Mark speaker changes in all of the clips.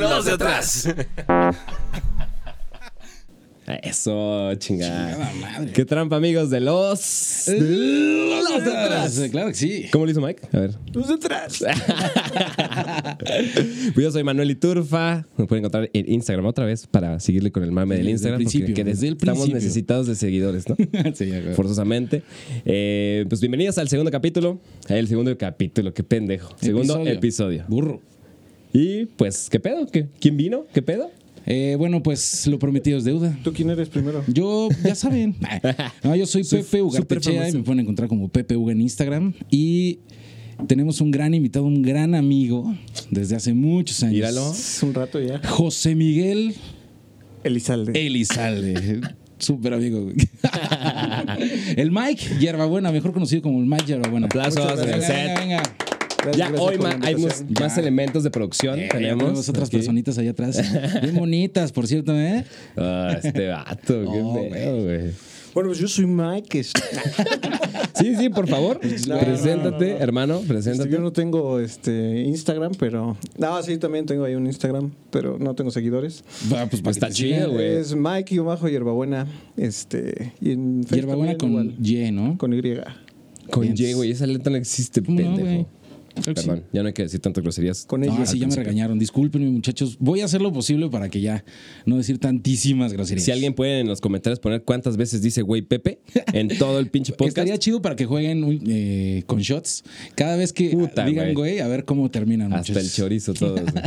Speaker 1: Los de atrás.
Speaker 2: Eso, chingada.
Speaker 3: Chingada madre.
Speaker 2: Qué trampa, amigos de los.
Speaker 3: Los
Speaker 2: de atrás.
Speaker 3: Claro que sí.
Speaker 2: ¿Cómo lo hizo Mike? A ver.
Speaker 1: Los de atrás.
Speaker 2: Pues Yo soy Manuel Iturfa. Me pueden encontrar en Instagram otra vez para seguirle con el mame del
Speaker 3: Desde el
Speaker 2: Instagram. porque
Speaker 3: principio,
Speaker 2: que
Speaker 3: desde el
Speaker 2: estamos
Speaker 3: principio.
Speaker 2: necesitados de seguidores, ¿no?
Speaker 3: Sí, ya, güey.
Speaker 2: Forzosamente. Eh, pues bienvenidos al segundo capítulo. El segundo capítulo, qué pendejo. Segundo episodio.
Speaker 3: Burro.
Speaker 2: Y pues, ¿qué pedo? ¿Qué- ¿Quién vino? ¿Qué pedo?
Speaker 3: Eh, bueno, pues lo prometido es deuda.
Speaker 1: ¿Tú quién eres primero?
Speaker 3: Yo, ya saben. No, yo soy Pepe Ugartechea y
Speaker 2: famoso.
Speaker 3: me pueden encontrar como Pepe Uga en Instagram. Y tenemos un gran invitado, un gran amigo desde hace muchos años.
Speaker 2: Míralo.
Speaker 1: Es un rato ya.
Speaker 3: José Miguel Eh,
Speaker 1: Elizalde.
Speaker 3: Elizalde. Súper amigo, güey. El Mike Yerbabuena, mejor conocido como el Mike Yerbabuena.
Speaker 2: Aplausos
Speaker 3: Muchas gracias.
Speaker 2: en el
Speaker 3: Venga,
Speaker 2: set.
Speaker 3: venga, venga.
Speaker 1: Gracias,
Speaker 2: Ya
Speaker 1: gracias
Speaker 2: hoy
Speaker 1: por
Speaker 2: ma-
Speaker 1: la
Speaker 2: hay mus-
Speaker 1: invitación.
Speaker 2: más elementos de producción.
Speaker 3: Eh,
Speaker 2: tenemos.
Speaker 3: tenemos otras
Speaker 2: aquí.
Speaker 3: personitas allá atrás. Bien bonitas, por cierto, ¿eh?
Speaker 2: Ah, este vato, qué
Speaker 3: No, güey.
Speaker 2: pedo, güey.
Speaker 1: Bueno, pues yo soy Mike. es-
Speaker 2: Sí, sí, por favor.
Speaker 1: no,
Speaker 2: preséntate,
Speaker 1: no, no, no.
Speaker 2: hermano. Preséntate.
Speaker 1: Este, yo no tengo este Instagram, pero. Ah, sí, también tengo ahí un Instagram, pero no tengo seguidores.
Speaker 3: Va, pues
Speaker 2: Está
Speaker 3: que te
Speaker 2: chido,
Speaker 3: sigan.
Speaker 2: güey.
Speaker 1: Es Mike y bajo Yerbabuena. Este. Y en Facebook
Speaker 3: Yerbabuena
Speaker 1: también
Speaker 3: con
Speaker 1: igual,
Speaker 3: Y, ¿no?
Speaker 1: con Y.
Speaker 2: Con
Speaker 3: Bien.
Speaker 2: Y, güey. Esa letra no existe,
Speaker 3: ¿Cómo no, güey?
Speaker 2: pendejo.
Speaker 3: Claro que sí.
Speaker 2: Perdón, ya no hay que decir tantas groserías. Ah,
Speaker 1: Con
Speaker 3: No,
Speaker 1: ellos.
Speaker 3: sí, ya me regañaron. Discúlpenme, muchachos. Voy a hacer lo posible para que ya no decir tantísimas groserías.
Speaker 2: Si alguien puede en los comentarios poner cuántas veces dice güey Pepe en todo el pinche podcast.
Speaker 3: Estaría chido para que jueguen un- eh, con shots. Cada vez que
Speaker 2: Puta,
Speaker 3: digan,
Speaker 2: güey.
Speaker 3: güey, a ver cómo terminan.
Speaker 2: Hasta el
Speaker 3: muchachos.
Speaker 2: chorizo todos. güey.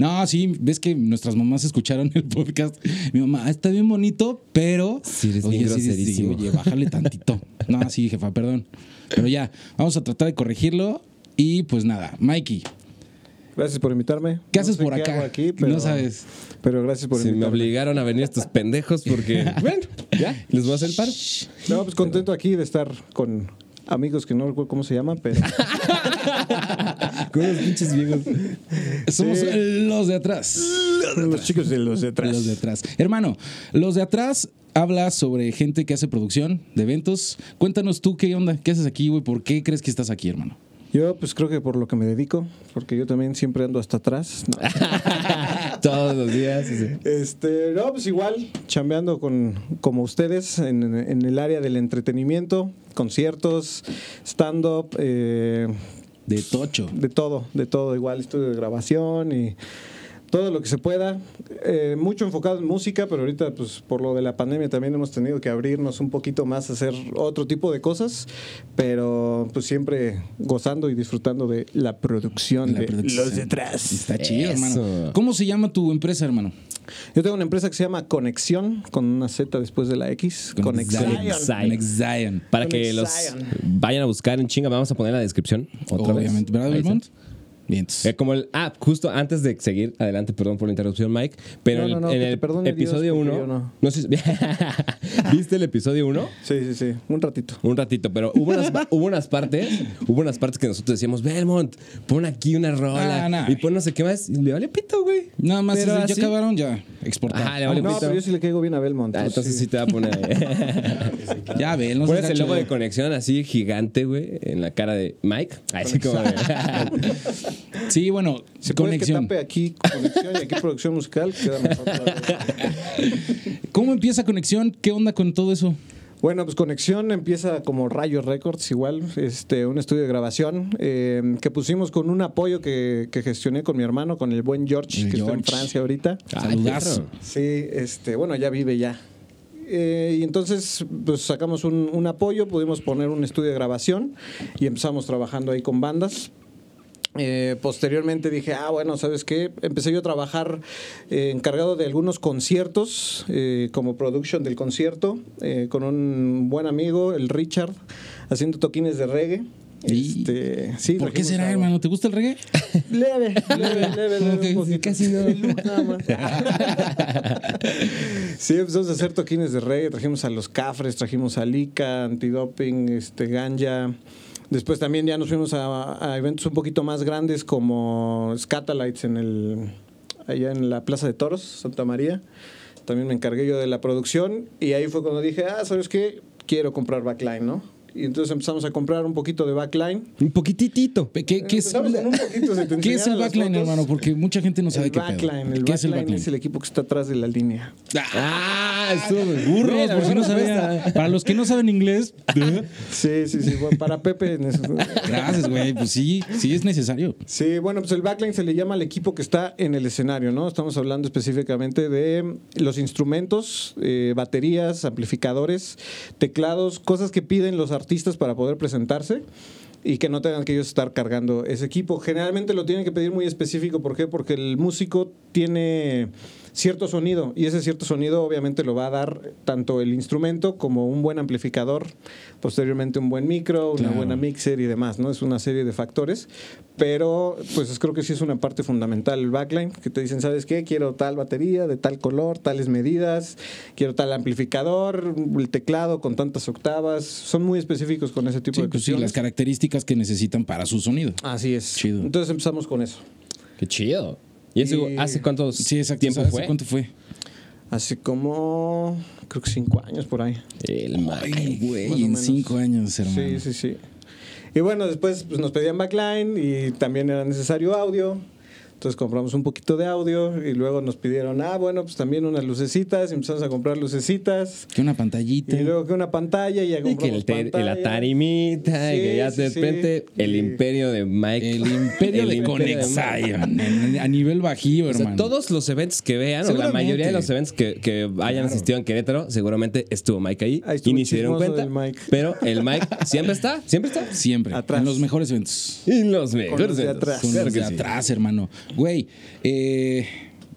Speaker 3: No, sí, ves que nuestras mamás escucharon el podcast. Mi mamá, "Ah, está bien bonito, pero.
Speaker 2: Sí, eres bien
Speaker 3: sí, sí, sí,
Speaker 2: groserísimo.
Speaker 3: oye, bájale tantito. No, sí, jefa, perdón. Pero ya, vamos a tratar de corregirlo. Y pues nada, Mikey,
Speaker 1: Gracias por invitarme.
Speaker 3: ¿qué haces
Speaker 1: sé
Speaker 3: por
Speaker 1: qué
Speaker 3: acá?
Speaker 1: hago aquí, pero-
Speaker 3: No sabes.
Speaker 1: Pero gracias por
Speaker 2: Si me
Speaker 1: invitarme.
Speaker 2: obligaron a venir estos pendejos porque, bueno, ya, les voy a hacer el paro.
Speaker 1: No, pues contento aquí de estar con amigos que no recuerdo cómo se llaman, pero.
Speaker 2: Con los pinches viejos.
Speaker 3: Somos los de atrás.
Speaker 1: los chicos de los de atrás.
Speaker 3: Los de atrás. Hermano, los de atrás habla sobre gente que hace producción de eventos. Cuéntanos tú qué onda, qué haces aquí, güey, por qué crees que estás aquí, hermano.
Speaker 1: Yo, pues creo que por lo que me dedico, porque yo también siempre ando hasta atrás. No.
Speaker 2: Todos los días. sí, sí.
Speaker 1: Este, no, pues igual, chambeando con, como ustedes en, en el área del entretenimiento, conciertos, stand-up, eh,
Speaker 3: De Tocho.
Speaker 1: de todo, de todo, igual estudio de grabación y todo lo que se pueda. Eh, mucho enfocado en música, pero ahorita, pues por lo de la pandemia también hemos tenido que abrirnos un poquito más a hacer otro tipo de cosas, pero pues siempre gozando y disfrutando de la producción
Speaker 3: La
Speaker 1: de
Speaker 3: producción.
Speaker 1: los detrás.
Speaker 3: Está chido, hermano.
Speaker 2: Eso.
Speaker 3: ¿Cómo se llama tu empresa, hermano?
Speaker 1: Yo tengo una empresa que se llama Conexión, con una Z después de la X. Conexión.
Speaker 2: Zion.
Speaker 3: Con Zion.
Speaker 2: Para
Speaker 1: Con
Speaker 2: que
Speaker 1: el
Speaker 2: los
Speaker 1: Zion.
Speaker 2: vayan a buscar en chinga, vamos a poner en la descripción. Otra
Speaker 3: Obviamente,
Speaker 2: vez.
Speaker 3: ¿verdad,
Speaker 2: Ahí está.
Speaker 3: Belmont? Bien. entonces.
Speaker 2: Eh, como el. Ah, justo antes de seguir, adelante, perdón por la interrupción, Mike. Pero
Speaker 1: No, no, no,
Speaker 2: en
Speaker 1: que te
Speaker 2: el
Speaker 1: perdone
Speaker 2: episodio
Speaker 1: Dios, porque
Speaker 2: 1.
Speaker 1: yo no.
Speaker 2: No. sé si- ¿Viste el episodio 1?
Speaker 1: Sí, sí, sí. Un ratito.
Speaker 2: Un ratito, pero hubo unas, hubo unas partes, hubo unas partes que nosotros decíamos, Belmont, pon aquí una rola
Speaker 3: Ah, no.
Speaker 2: y pon no sé qué más. Y le vale pito, güey.
Speaker 3: Nada más,
Speaker 2: Pero
Speaker 3: es de, ya
Speaker 2: así-
Speaker 3: acabaron, ya. Exportar.
Speaker 2: Ajá, le vale
Speaker 1: No,
Speaker 2: pito.
Speaker 1: pero yo sí le caigo bien a Belmont.
Speaker 2: Ah, entonces sí
Speaker 1: sí.
Speaker 2: te va a poner.
Speaker 3: Ya, ve, no
Speaker 2: Pones
Speaker 3: seas
Speaker 2: el
Speaker 3: gacho,
Speaker 2: logo de
Speaker 3: güey.
Speaker 2: conexión así gigante, güey, en la cara de Mike. Así como de-
Speaker 3: Sí, bueno,
Speaker 1: Si puedes que
Speaker 3: conexión.
Speaker 1: tape aquí conexión y aquí producción musical, queda mejor. todavía.
Speaker 3: ¿Cómo empieza conexión? ¿Qué onda con todo eso?
Speaker 1: Bueno, pues Conexión empieza como Rayos Records, igual, este, un estudio de grabación eh, que pusimos con un apoyo que, que gestioné con mi hermano, con el buen George,
Speaker 3: El
Speaker 1: que está en
Speaker 3: George.
Speaker 1: Francia ahorita.
Speaker 2: Ay,
Speaker 3: Saludazo.
Speaker 2: perro.
Speaker 1: Sí, este, bueno, ya vive ya. Eh, y entonces pues, sacamos un, un apoyo, pudimos poner un estudio de grabación y empezamos trabajando ahí con bandas. Eh, posteriormente dije, ah, bueno, ¿sabes qué? Empecé yo a trabajar eh, encargado de algunos conciertos, eh, como production del concierto, eh, con un buen amigo, el Richard, haciendo toquines de reggae.
Speaker 3: Y-
Speaker 1: Este, sí,
Speaker 3: ¿Por qué
Speaker 1: trajimos
Speaker 3: será,
Speaker 1: a-
Speaker 3: hermano? ¿Te gusta el reggae?
Speaker 1: Leve, leve, leve,
Speaker 3: Como
Speaker 1: leve
Speaker 3: que
Speaker 1: un poquito.
Speaker 3: casi no.
Speaker 1: El look nada más. sí, empezamos a hacer toquines de reggae. Trajimos a los Cafres, trajimos a Lika, Antidoping, este, Ganja. Después también ya nos fuimos a, a eventos un poquito más grandes como Scatalites en el, allá en la Plaza de Toros, Santa María. También me encargué yo de la producción y ahí fue cuando dije, ah, ¿sabes qué? quiero comprar backline, ¿no? Y entonces empezamos a comprar un poquito de backline.
Speaker 2: Un poquititito.
Speaker 3: Pe- ¿Qué, qué es,
Speaker 1: Empezamos con un poquito, si te
Speaker 3: ¿Qué es el
Speaker 1: enseñaran las
Speaker 3: backline,
Speaker 1: fotos.
Speaker 3: hermano? Porque mucha gente no sabe
Speaker 1: El
Speaker 3: qué pedo.
Speaker 1: backline, el
Speaker 3: ¿Qué
Speaker 1: backline
Speaker 3: es el backline?
Speaker 1: es el equipo que está atrás de la línea.
Speaker 2: Ah, estuvo de
Speaker 3: Burros,
Speaker 1: Mira,
Speaker 3: por si no
Speaker 1: mira,
Speaker 3: sabía. Para los que no saben inglés. ¿eh?
Speaker 1: Sí, sí, sí. bueno, para Pepe. en eso-
Speaker 3: Gracias, güey. Pues sí, sí es necesario.
Speaker 1: Sí, bueno, pues el backline se le llama al equipo que está en el escenario, ¿no? Estamos hablando específicamente de los instrumentos, eh, baterías, amplificadores, teclados, cosas que piden los artistas para poder presentarse y que no tengan que ellos estar cargando ese equipo. Generalmente lo tienen que pedir muy específico, ¿por qué? Porque el músico tiene cierto sonido y ese cierto sonido obviamente lo va a dar tanto el instrumento como un buen amplificador, posteriormente un buen micro, una
Speaker 3: Claro.
Speaker 1: buena mixer y demás, ¿no? Es una serie de factores, pero pues creo que sí es una parte fundamental el backline, que te dicen, ¿sabes qué? Quiero tal batería de tal color, tales medidas, quiero tal amplificador, el teclado con tantas octavas, son muy específicos con ese tipo
Speaker 3: Sí,
Speaker 1: de
Speaker 3: pues sí,
Speaker 1: cuestiones.
Speaker 3: las características que necesitan para su sonido.
Speaker 1: Así es.
Speaker 3: Chido.
Speaker 1: Entonces empezamos con eso.
Speaker 2: Qué chido. ¿Y eso
Speaker 1: Y-
Speaker 2: hace cuánto
Speaker 3: Sí, exacto.
Speaker 2: tiempo
Speaker 3: ¿Hace
Speaker 2: fue?
Speaker 3: ¿Cuánto fue?
Speaker 1: Hace como, creo que cinco años por ahí.
Speaker 2: El
Speaker 3: Ay,
Speaker 1: Más o
Speaker 3: güey, en
Speaker 1: menos.
Speaker 3: cinco años, hermano.
Speaker 1: Sí, sí, sí. Y bueno, después pues, nos pedían backline y también era necesario audio. Entonces compramos un poquito de audio y luego nos pidieron, ah, bueno, pues también unas lucecitas. Y empezamos a comprar lucecitas.
Speaker 3: Que una pantallita.
Speaker 1: Y luego que una pantalla y ya
Speaker 2: Y que
Speaker 1: compramos
Speaker 2: el, te- el
Speaker 1: pantalla.
Speaker 2: Atarimita, y que
Speaker 1: Sí,
Speaker 2: ya
Speaker 1: sí,
Speaker 2: de
Speaker 1: sí.
Speaker 2: repente el
Speaker 1: Y-
Speaker 2: imperio de Mike.
Speaker 3: El imperio
Speaker 2: El imperio
Speaker 3: de
Speaker 2: de
Speaker 3: Conexion. en- A nivel bajío,
Speaker 2: O sea,
Speaker 3: hermano.
Speaker 2: todos los eventos que vean, o la
Speaker 3: Seguramente.
Speaker 2: mayoría de los eventos que, que hayan asistido en Querétaro, seguramente estuvo Mike ahí,
Speaker 1: Ahí estuvo
Speaker 2: y ni se dieron
Speaker 1: chismoso
Speaker 2: cuenta.
Speaker 1: del Mike.
Speaker 2: Pero el Mike siempre está, siempre está.
Speaker 3: Siempre.
Speaker 1: Atrás.
Speaker 3: En los mejores eventos.
Speaker 2: Y los mejores.
Speaker 1: los de
Speaker 2: eventos.
Speaker 1: atrás.
Speaker 3: Con
Speaker 2: Claro
Speaker 3: los
Speaker 2: que
Speaker 3: de
Speaker 2: sí.
Speaker 3: atrás, hermano. Güey, eh,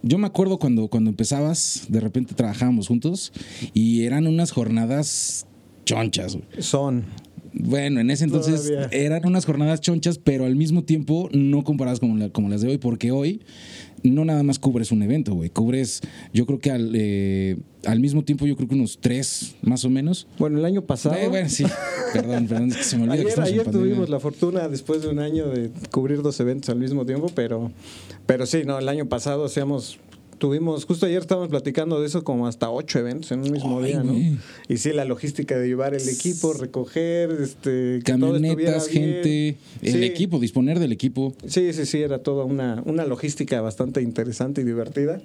Speaker 3: Yo me acuerdo cuando, cuando empezabas, de repente trabajábamos juntos y eran unas jornadas chonchas. güey.
Speaker 1: Son.
Speaker 3: Bueno, en ese entonces
Speaker 1: Todavía.
Speaker 3: eran unas jornadas chonchas, pero al mismo tiempo no comparadas como, la- como las de hoy, porque hoy no nada más cubres un evento, güey. Cubres, yo creo que al, eh, al mismo tiempo, yo creo que unos tres, más o menos.
Speaker 1: Bueno, el año pasado.
Speaker 3: Eh, bueno, sí, perdón, perdón, es que se me olvida que
Speaker 1: Ayer,
Speaker 3: estamos en
Speaker 1: ayer
Speaker 3: pandemia.
Speaker 1: tuvimos la fortuna, después de un año, de cubrir dos eventos al mismo tiempo, pero, pero sí, no, el año pasado seamos, tuvimos, justo ayer estábamos platicando de eso, como hasta ocho eventos en un mismo
Speaker 3: Ay,
Speaker 1: día, ¿no?
Speaker 3: güey.
Speaker 1: Y sí, la logística de llevar el equipo, recoger, este, que todo estuviera
Speaker 3: Camionetas, gente,
Speaker 1: bien.
Speaker 3: el
Speaker 1: Sí.
Speaker 3: equipo, disponer del equipo.
Speaker 1: Sí, sí, sí, era toda una, una logística bastante interesante y divertida,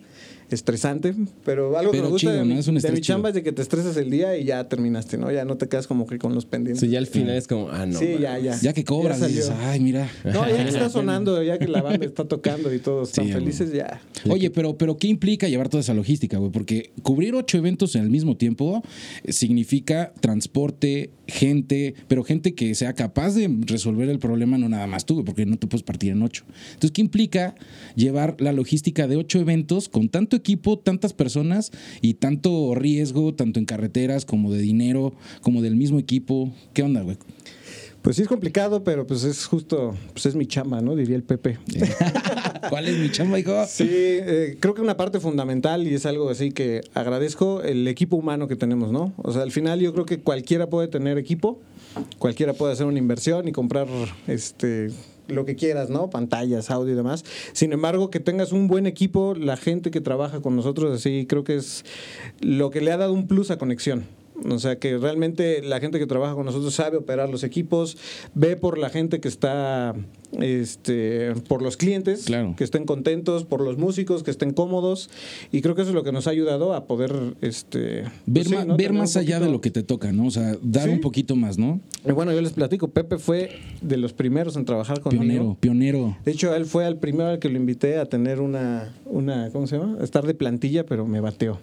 Speaker 1: estresante, pero algo
Speaker 3: Pero
Speaker 1: que me gusta
Speaker 3: chido,
Speaker 1: de,
Speaker 3: ¿no?
Speaker 1: mi-
Speaker 3: Es un
Speaker 1: de
Speaker 3: estrés
Speaker 1: mi chamba
Speaker 3: chido.
Speaker 1: es de que te estresas el día y ya terminaste, ¿no? Ya no te quedas como que con los pendientes.
Speaker 2: Sí, ya al final es como, ah, no.
Speaker 1: sí,
Speaker 2: man.
Speaker 1: ya, ya.
Speaker 3: Ya que cobras,
Speaker 1: Ya salió.
Speaker 3: dices, "Ah". ay, mira.
Speaker 1: No, ya que está sonando, ya que la banda está tocando y todos están
Speaker 3: Sí,
Speaker 1: felices, ya.
Speaker 3: Oye, pero, pero ¿qué implica llevar toda esa logística, güey? Porque cubrir ocho eventos en el mismo tiempo eh, significa transporte, gente, pero gente que sea capaz de resolver el problema, no nada más tú, güey, porque no te puedes partir en ocho. Entonces, ¿qué implica llevar la logística de ocho eventos con tanto equipo, tantas personas y tanto riesgo, tanto en carreteras como de dinero, como del mismo equipo? ¿Qué onda, güey?
Speaker 1: Pues sí es complicado, pero pues es justo, pues es mi chamba, ¿no? Diría el Pepe.
Speaker 3: ¿Cuál es mi chamba, hijo?
Speaker 1: Sí, eh, creo que una parte fundamental y es algo así que agradezco el equipo humano que tenemos, ¿no? O sea, al final yo creo que cualquiera puede tener equipo, cualquiera puede hacer una inversión y comprar este lo que quieras, ¿no? Pantallas, audio y demás. Sin embargo, que tengas un buen equipo, la gente que trabaja con nosotros así, creo que es lo que le ha dado un plus a conexión. O sea, que realmente la gente que trabaja con nosotros sabe operar los equipos, ve por la gente que está, este, por los clientes,
Speaker 3: Claro.
Speaker 1: que estén contentos, por los músicos, que estén cómodos. Y creo que eso es lo que nos ha ayudado a poder, este...
Speaker 3: Ver,
Speaker 1: pues sí,
Speaker 3: ma-
Speaker 1: ¿no?
Speaker 3: ver
Speaker 1: Tener
Speaker 3: más
Speaker 1: un
Speaker 3: allá
Speaker 1: poquito-
Speaker 3: de lo que te toca, ¿no? O sea, dar
Speaker 1: Sí.
Speaker 3: un poquito más, ¿no?
Speaker 1: Y Eh, bueno, yo les platico, Pepe fue de los primeros en trabajar con
Speaker 3: Pionero, pionero.
Speaker 1: De hecho, él fue el primero al que lo invité a tener una, una, ¿cómo se llama? A estar de plantilla, pero me bateó.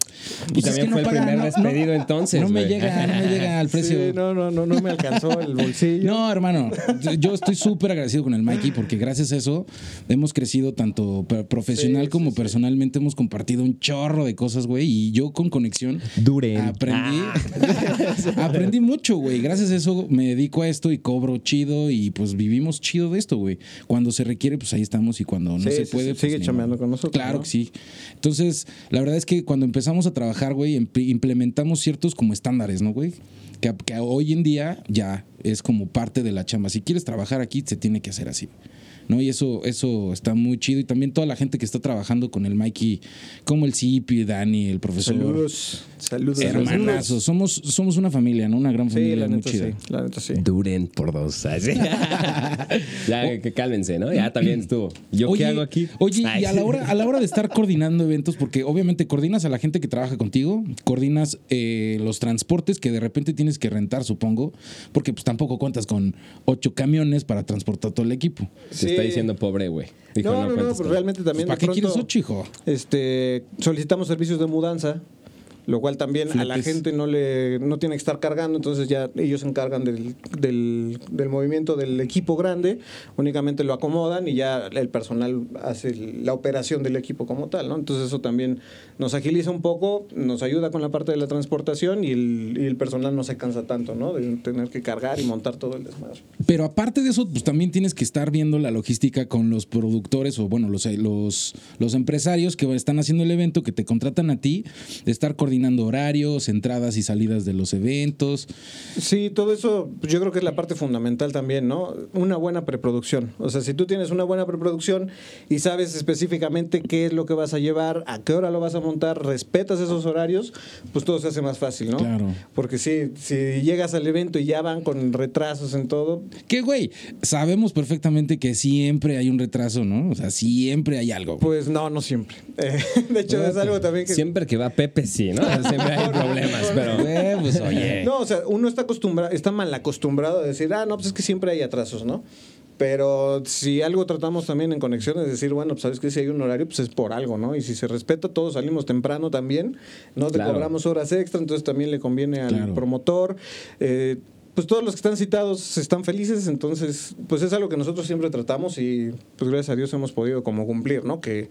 Speaker 3: Pues
Speaker 2: Y también fue el primer despedido entonces.
Speaker 3: No me
Speaker 2: güey.
Speaker 3: llega, no me llega al precio.
Speaker 1: Sí,
Speaker 3: no.
Speaker 1: no, no, no, no me alcanzó el bolsillo.
Speaker 3: hermano, yo estoy súper agradecido con el Mikey porque gracias a eso hemos crecido tanto per- profesional
Speaker 1: Sí,
Speaker 3: como personalmente, hemos compartido un chorro de cosas, güey, y yo con conexión
Speaker 2: Duren.
Speaker 3: aprendí,
Speaker 1: Ah.
Speaker 3: aprendí mucho, güey. Gracias a eso me dedico a esto y cobro chido y pues vivimos chido de esto, güey. Cuando se requiere, pues ahí estamos y cuando no
Speaker 1: Sí,
Speaker 3: se
Speaker 1: sí,
Speaker 3: puede,
Speaker 1: sí,
Speaker 3: pues,
Speaker 1: sigue
Speaker 3: ni
Speaker 1: chameando
Speaker 3: modo.
Speaker 1: con nosotros,
Speaker 3: Claro
Speaker 1: ¿no?
Speaker 3: que sí. Entonces, la verdad es que cuando empezamos a trabajar, güey, impl- implementamos ciertos como estándares, ¿no, güey? Que, que hoy en día ya es como parte de la chamba. Si quieres trabajar aquí, se tiene que hacer así. ¿no? Y eso, eso está muy chido. Y también toda la gente que está trabajando con el Mikey, como el Cipi, Dani, el profesor.
Speaker 1: Saludos. Saludos.
Speaker 3: Hermanazos. Somos, somos una familia, ¿no? Una gran
Speaker 1: Sí,
Speaker 3: familia
Speaker 1: la
Speaker 3: muy
Speaker 1: neta
Speaker 3: chida.
Speaker 1: sí. La neta sí.
Speaker 2: Duren por dos. así. ya, que cálmense, ¿no? Ya también estuvo. ¿Yo qué hago aquí?
Speaker 3: Oye,
Speaker 2: Ay.
Speaker 3: y a la hora, a la hora de estar coordinando eventos, porque obviamente coordinas a la gente que trabaja contigo, coordinas eh, los transportes que de repente tienes que rentar, supongo, porque pues tampoco cuentas con ocho camiones para transportar todo el equipo. Pues,
Speaker 2: Se está diciendo pobre, güey. Dijo,
Speaker 1: No, no, no,
Speaker 2: cuentes
Speaker 1: pues
Speaker 2: con-
Speaker 1: realmente también.
Speaker 3: ¿Para
Speaker 1: de
Speaker 3: qué
Speaker 1: pronto,
Speaker 3: quieres ocho, hijo?
Speaker 1: Este, solicitamos servicios de mudanza, lo cual también a la
Speaker 3: Fletes.
Speaker 1: gente no le no tiene que estar cargando, entonces ya ellos se encargan del, del, del movimiento del equipo grande, únicamente lo acomodan y ya el personal hace la operación del equipo como tal, ¿no? Entonces eso también nos agiliza un poco, nos ayuda con la parte de la transportación y el, y el personal no se cansa tanto, ¿no? De tener que cargar y montar todo el desmadre.
Speaker 3: Pero aparte de eso, pues también tienes que estar viendo la logística con los productores o bueno, los, los, los empresarios que están haciendo el evento, que te contratan a ti, de estar coordinando horarios, entradas y salidas de los eventos.
Speaker 1: Sí, todo eso pues, yo creo que es la parte fundamental también, ¿no? Una buena preproducción. O sea, si tú tienes una buena preproducción y sabes específicamente qué es lo que vas a llevar, a qué hora lo vas a montar, respetas esos horarios, pues todo se hace más fácil, ¿no?
Speaker 3: Claro.
Speaker 1: Porque sí, si llegas al evento y ya van con retrasos en todo,
Speaker 3: Que, güey, sabemos perfectamente que siempre hay un retraso, ¿no? O sea, siempre hay algo. güey.
Speaker 1: pues no, no siempre. Eh, de hecho, es algo también que...
Speaker 2: Siempre que va Pepe, sí, ¿no? Siempre hay problemas, pero.
Speaker 3: Güey, pues, oye.
Speaker 1: No, o sea, uno está acostumbrado, está mal acostumbrado a decir, ah, no, pues es que siempre hay atrasos, ¿no? Pero si algo tratamos también en conexión es decir, bueno, pues sabes que si hay un horario, pues es por algo, ¿no? Y si se respeta, todos salimos temprano también, no te
Speaker 2: Claro.
Speaker 1: cobramos horas extra, entonces también le conviene al
Speaker 3: Claro.
Speaker 1: promotor. Eh, pues todos los que están citados están felices, entonces, pues es algo que nosotros siempre tratamos y pues gracias a Dios hemos podido como cumplir, ¿no? Que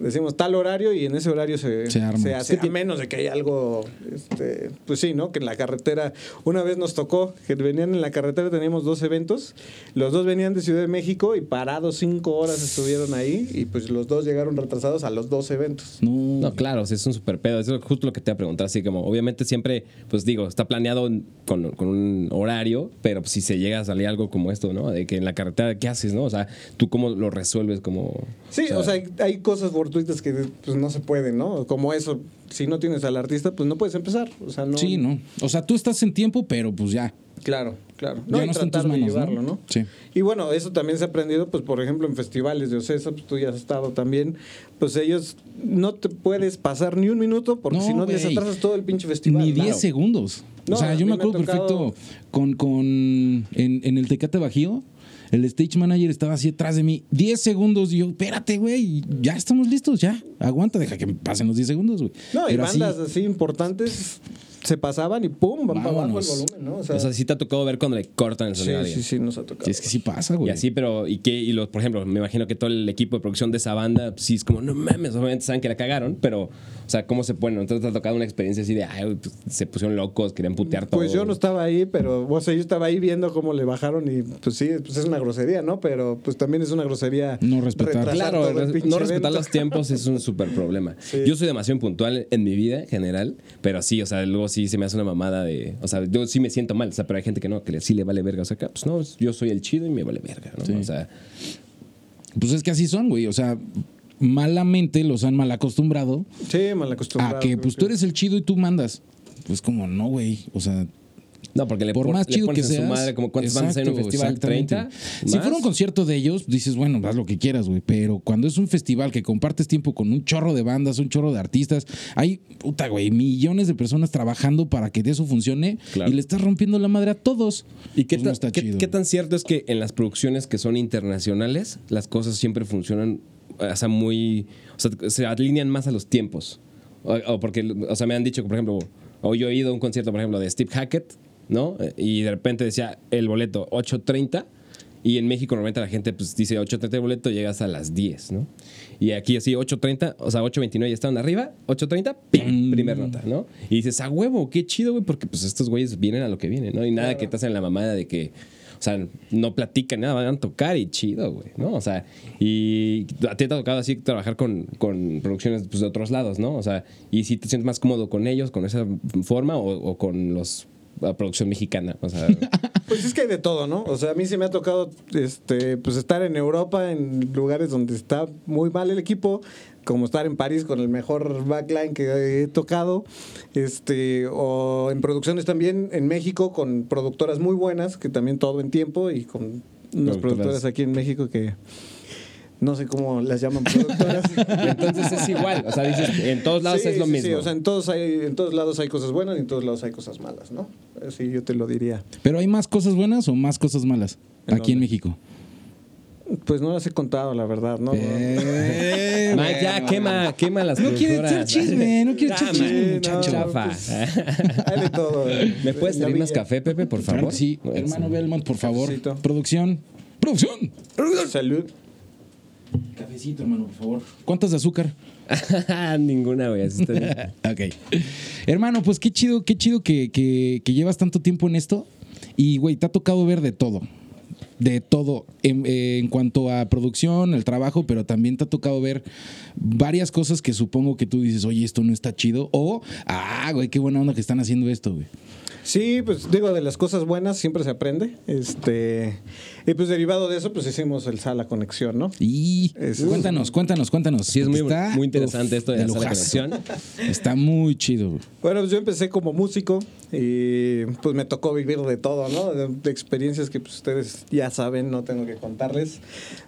Speaker 1: decimos tal horario y en ese horario se,
Speaker 3: Se arma.
Speaker 1: se hace, a menos de que haya algo, este, pues sí, ¿no? Que en la carretera, una vez nos tocó que venían en la carretera, teníamos dos eventos, los dos venían de Ciudad de México y parados cinco horas estuvieron ahí y pues los dos llegaron retrasados a los dos eventos.
Speaker 3: No.
Speaker 2: No, claro, o sea, es un super pedo. Eso es justo lo que te iba a preguntar. Así como, obviamente, siempre, pues digo, está planeado con, con un horario, pero pues, si se llega a salir algo como esto, ¿no? De que en la carretera, ¿qué haces, no? O sea, tú cómo lo resuelves, como.
Speaker 1: Sí, o sea, hay, hay cosas fortuitas que pues, no se pueden, ¿no? Como eso, si no tienes al artista, pues no puedes empezar. O sea, no.
Speaker 3: Sí, ¿no? O sea, tú estás en tiempo, pero pues ya.
Speaker 1: Claro, claro.
Speaker 3: Ya
Speaker 1: y
Speaker 3: no está en
Speaker 1: tratar
Speaker 3: tus
Speaker 1: de
Speaker 3: manos,
Speaker 1: llevarlo,
Speaker 3: ¿no?
Speaker 1: ¿no?
Speaker 3: Sí.
Speaker 1: Y bueno, eso también se ha aprendido, pues, por ejemplo, en festivales de Ocesa, pues tú ya has estado también. Pues ellos no te puedes pasar ni un minuto porque
Speaker 3: No,
Speaker 1: si no les
Speaker 3: güey.
Speaker 1: atrasas todo el pinche festival.
Speaker 3: Ni 10
Speaker 1: Claro.
Speaker 3: segundos.
Speaker 1: No,
Speaker 3: o sea,
Speaker 1: a
Speaker 3: yo
Speaker 1: mí
Speaker 3: me
Speaker 1: me
Speaker 3: acuerdo
Speaker 1: ha tocado-
Speaker 3: perfecto con, con en, en el Tecate Bajío. El stage manager estaba así atrás de mí. 10 segundos. Y yo, espérate, güey. Ya estamos listos, ya. Aguanta, deja que pasen los 10 segundos, güey.
Speaker 1: No, y
Speaker 3: Pero así-
Speaker 1: bandas así importantes se pasaban y pum, van para abajo el
Speaker 3: Vámonos.
Speaker 1: volumen, ¿no? O sea,
Speaker 2: O sea, sí te ha tocado ver cuando le cortan el sonido. a
Speaker 1: sí,
Speaker 2: alguien.
Speaker 1: sí, sí, nos ha tocado.
Speaker 3: Sí, es que sí pasa, güey.
Speaker 2: Y así, pero, ¿y qué? Y los, por ejemplo, me imagino que todo el equipo de producción de esa banda, pues, sí es como, no mames, obviamente saben que la cagaron, pero, o sea, ¿cómo se ponen? Entonces te ha tocado una experiencia así de, ay, pues, se pusieron locos, querían putear todo.
Speaker 1: Pues yo no estaba ahí, pero o sea, yo estaba ahí viendo cómo le bajaron y pues sí, pues es una grosería, ¿no? Pero pues también es una grosería.
Speaker 3: No respetar.
Speaker 1: retrasar
Speaker 2: Claro,
Speaker 1: todo el
Speaker 2: res-
Speaker 1: pinche
Speaker 2: no respetar
Speaker 1: evento.
Speaker 2: los tiempos es un súper problema. Yo soy demasiado impuntual en mi vida en general, pero sí, o sea, luego sí se me hace una mamada de. O sea, yo sí me siento mal, o sea, pero hay gente que no, que le- sí le vale verga. O sea, que, pues no, yo soy el chido y me vale verga, ¿no? O sea,
Speaker 3: Pues es que así son, güey. O sea, malamente los han mal acostumbrado
Speaker 1: Sí, mal acostumbrado.
Speaker 3: a que pues tú eres el chido y tú mandas. Pues como no, güey. O sea,
Speaker 2: no, porque le,
Speaker 3: por
Speaker 2: pon-
Speaker 3: más
Speaker 2: le
Speaker 3: chido
Speaker 2: pones
Speaker 3: que
Speaker 2: en
Speaker 3: seas.
Speaker 2: su madre, como cuántas bandas hay en un
Speaker 3: exacto,
Speaker 2: festival,
Speaker 3: exactamente.
Speaker 2: 30.
Speaker 3: Si
Speaker 2: ¿Más?
Speaker 3: fuera un concierto de ellos, dices, bueno, haz lo que quieras, güey. Pero cuando es un festival que compartes tiempo con un chorro de bandas, un chorro de artistas, hay, puta, güey, millones de personas trabajando para que eso funcione
Speaker 2: Claro.
Speaker 3: y le estás rompiendo la madre a todos.
Speaker 2: ¿Y qué,
Speaker 3: Pues no
Speaker 2: tan-
Speaker 3: está
Speaker 2: qué-
Speaker 3: chido.
Speaker 2: qué tan cierto es que en las producciones que son internacionales, las cosas siempre funcionan, eh, o sea, muy, o sea, se alinean más a los tiempos? O, o porque, o sea, me han dicho que, por ejemplo, o yo he ido a un concierto, por ejemplo, de Steve Hackett, ¿no? Eh, Y de repente decía el boleto 8.30. Y en México normalmente la gente pues, dice 8.30 el boleto, llegas a las 10, ¿no? Y aquí así 8.30, o sea, 8.29 ya estaban arriba, 8.30, ¡pim! Primer nota, ¿no? Y dices, a huevo, qué chido, güey, porque pues estos güeyes vienen a lo que vienen, ¿no? Y nada que te hacen la mamada de que, o sea, no platican nada, van a tocar y chido, güey, ¿no? O sea, y a ti te ha tocado así trabajar con, con producciones pues, de otros lados, ¿no? O sea, y si te sientes más cómodo con ellos, con esa forma o, o con los a producción mexicana. O sea,
Speaker 1: Pues es que hay de todo, ¿no? O sea, a mí se me ha tocado este, pues estar en Europa, en lugares donde está muy mal el equipo, como estar en París con el mejor backline que he tocado, este, o en producciones también en México con productoras muy buenas, que también todo en tiempo, y con unas
Speaker 2: Productoras.
Speaker 1: productoras aquí en México que no sé cómo las llaman productoras.
Speaker 2: entonces es igual. O sea, dices, en todos lados
Speaker 1: Sí,
Speaker 2: es lo
Speaker 1: sí,
Speaker 2: mismo.
Speaker 1: Sí, o sea, en todos, hay, en todos lados hay cosas buenas y en todos lados hay cosas malas, ¿no? Así yo te lo diría.
Speaker 3: Pero hay más cosas buenas o más cosas malas
Speaker 1: ¿En
Speaker 3: aquí en
Speaker 1: dónde?
Speaker 3: México.
Speaker 1: Pues no las he contado, la verdad,
Speaker 2: Oh.
Speaker 1: ¿no?
Speaker 3: Eh,
Speaker 2: Ma, ya,
Speaker 3: bueno.
Speaker 2: quema, quema las
Speaker 3: No quiere
Speaker 2: productoras.
Speaker 3: echar chisme, no quiere
Speaker 2: Ah,
Speaker 3: echar
Speaker 2: ma,
Speaker 3: chisme,
Speaker 1: Sí,
Speaker 3: muchacho.
Speaker 1: no,
Speaker 2: chafa.
Speaker 1: pues, hay de todo.
Speaker 2: ¿Me puedes servir más café, Pepe, por
Speaker 3: Claro
Speaker 2: favor? pues.
Speaker 3: que sí, hermano Belmont, por favor.
Speaker 1: Cafecito.
Speaker 3: Producción. Producción.
Speaker 1: Salud.
Speaker 3: Cafecito, hermano, por favor. ¿Cuántas de azúcar?
Speaker 2: Ninguna, güey. así está bien.
Speaker 3: Ok. Hermano, pues qué chido, qué chido que, que- que llevas tanto tiempo en esto. Y, güey, te ha tocado ver de todo. De todo. En, eh, en cuanto a producción, el trabajo, pero también te ha tocado ver varias cosas que supongo que tú dices, oye, esto no está chido. O, ah, güey, qué buena onda que están haciendo esto, güey.
Speaker 1: Sí, pues digo, de las cosas buenas siempre se aprende. Este, y pues derivado de eso, pues hicimos el Sala Conexión, ¿no?
Speaker 3: Y
Speaker 1: Es-
Speaker 3: cuéntanos, cuéntanos, cuéntanos.
Speaker 2: Sí, es muy,
Speaker 3: Porque está,
Speaker 2: muy interesante esto de,
Speaker 3: uf,
Speaker 2: hacer la
Speaker 3: lujazo.
Speaker 2: conexión.
Speaker 3: Está muy chido, güey.
Speaker 1: Bueno, pues yo empecé como músico y pues me tocó vivir de todo, ¿no? De, de experiencias que pues, ustedes ya saben, no tengo que contarles.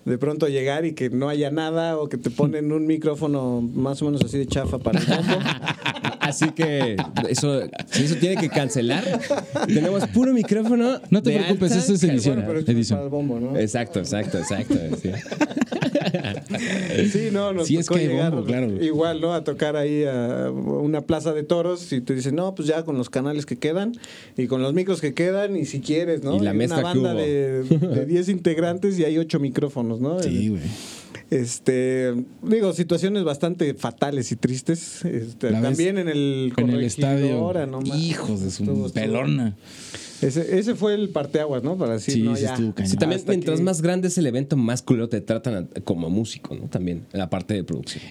Speaker 1: De pronto llegar y que no haya nada o que te ponen un micrófono más o menos así de chafa para el bombo.
Speaker 2: Así que eso, si eso tiene que cancelar, tenemos puro micrófono.
Speaker 3: No te
Speaker 2: de
Speaker 3: preocupes,
Speaker 2: alta
Speaker 3: eso es edición.
Speaker 2: calidad.
Speaker 1: Pero esto no es
Speaker 3: Edison.
Speaker 1: para el bombo, ¿no?
Speaker 2: Exacto, exacto, exacto. sí.
Speaker 1: Sí, no, nos
Speaker 3: Sí, es
Speaker 1: tocó
Speaker 3: que hay
Speaker 1: llegar
Speaker 3: bombo, claro.
Speaker 1: igual, ¿no? A tocar ahí a una plaza de toros y te dicen, no, pues ya con los canales que quedan y con los micros que quedan y si quieres, ¿no?
Speaker 2: Y la mezcla
Speaker 1: una
Speaker 2: que
Speaker 1: banda
Speaker 2: hubo.
Speaker 1: de de 10 integrantes y hay 8 micrófonos, ¿no?
Speaker 3: Sí, güey.
Speaker 1: Este, digo, situaciones bastante fatales y tristes. Este,
Speaker 3: La vez
Speaker 1: también en el
Speaker 3: En el
Speaker 1: Corregidora,
Speaker 3: estadio.
Speaker 1: no mames.
Speaker 3: hijos de su
Speaker 1: Estuvo- estuvo-
Speaker 3: pelona.
Speaker 1: Ese, ese fue el parteaguas, ¿no? Para decir,
Speaker 3: Sí,
Speaker 1: no,
Speaker 3: sí
Speaker 1: ya.
Speaker 3: estuvo cañón.
Speaker 2: Sí, también
Speaker 1: hasta
Speaker 2: mientras
Speaker 1: aquí.
Speaker 2: más grande es el evento, más culero te tratan a- como músico, ¿no? También, en la parte de producción.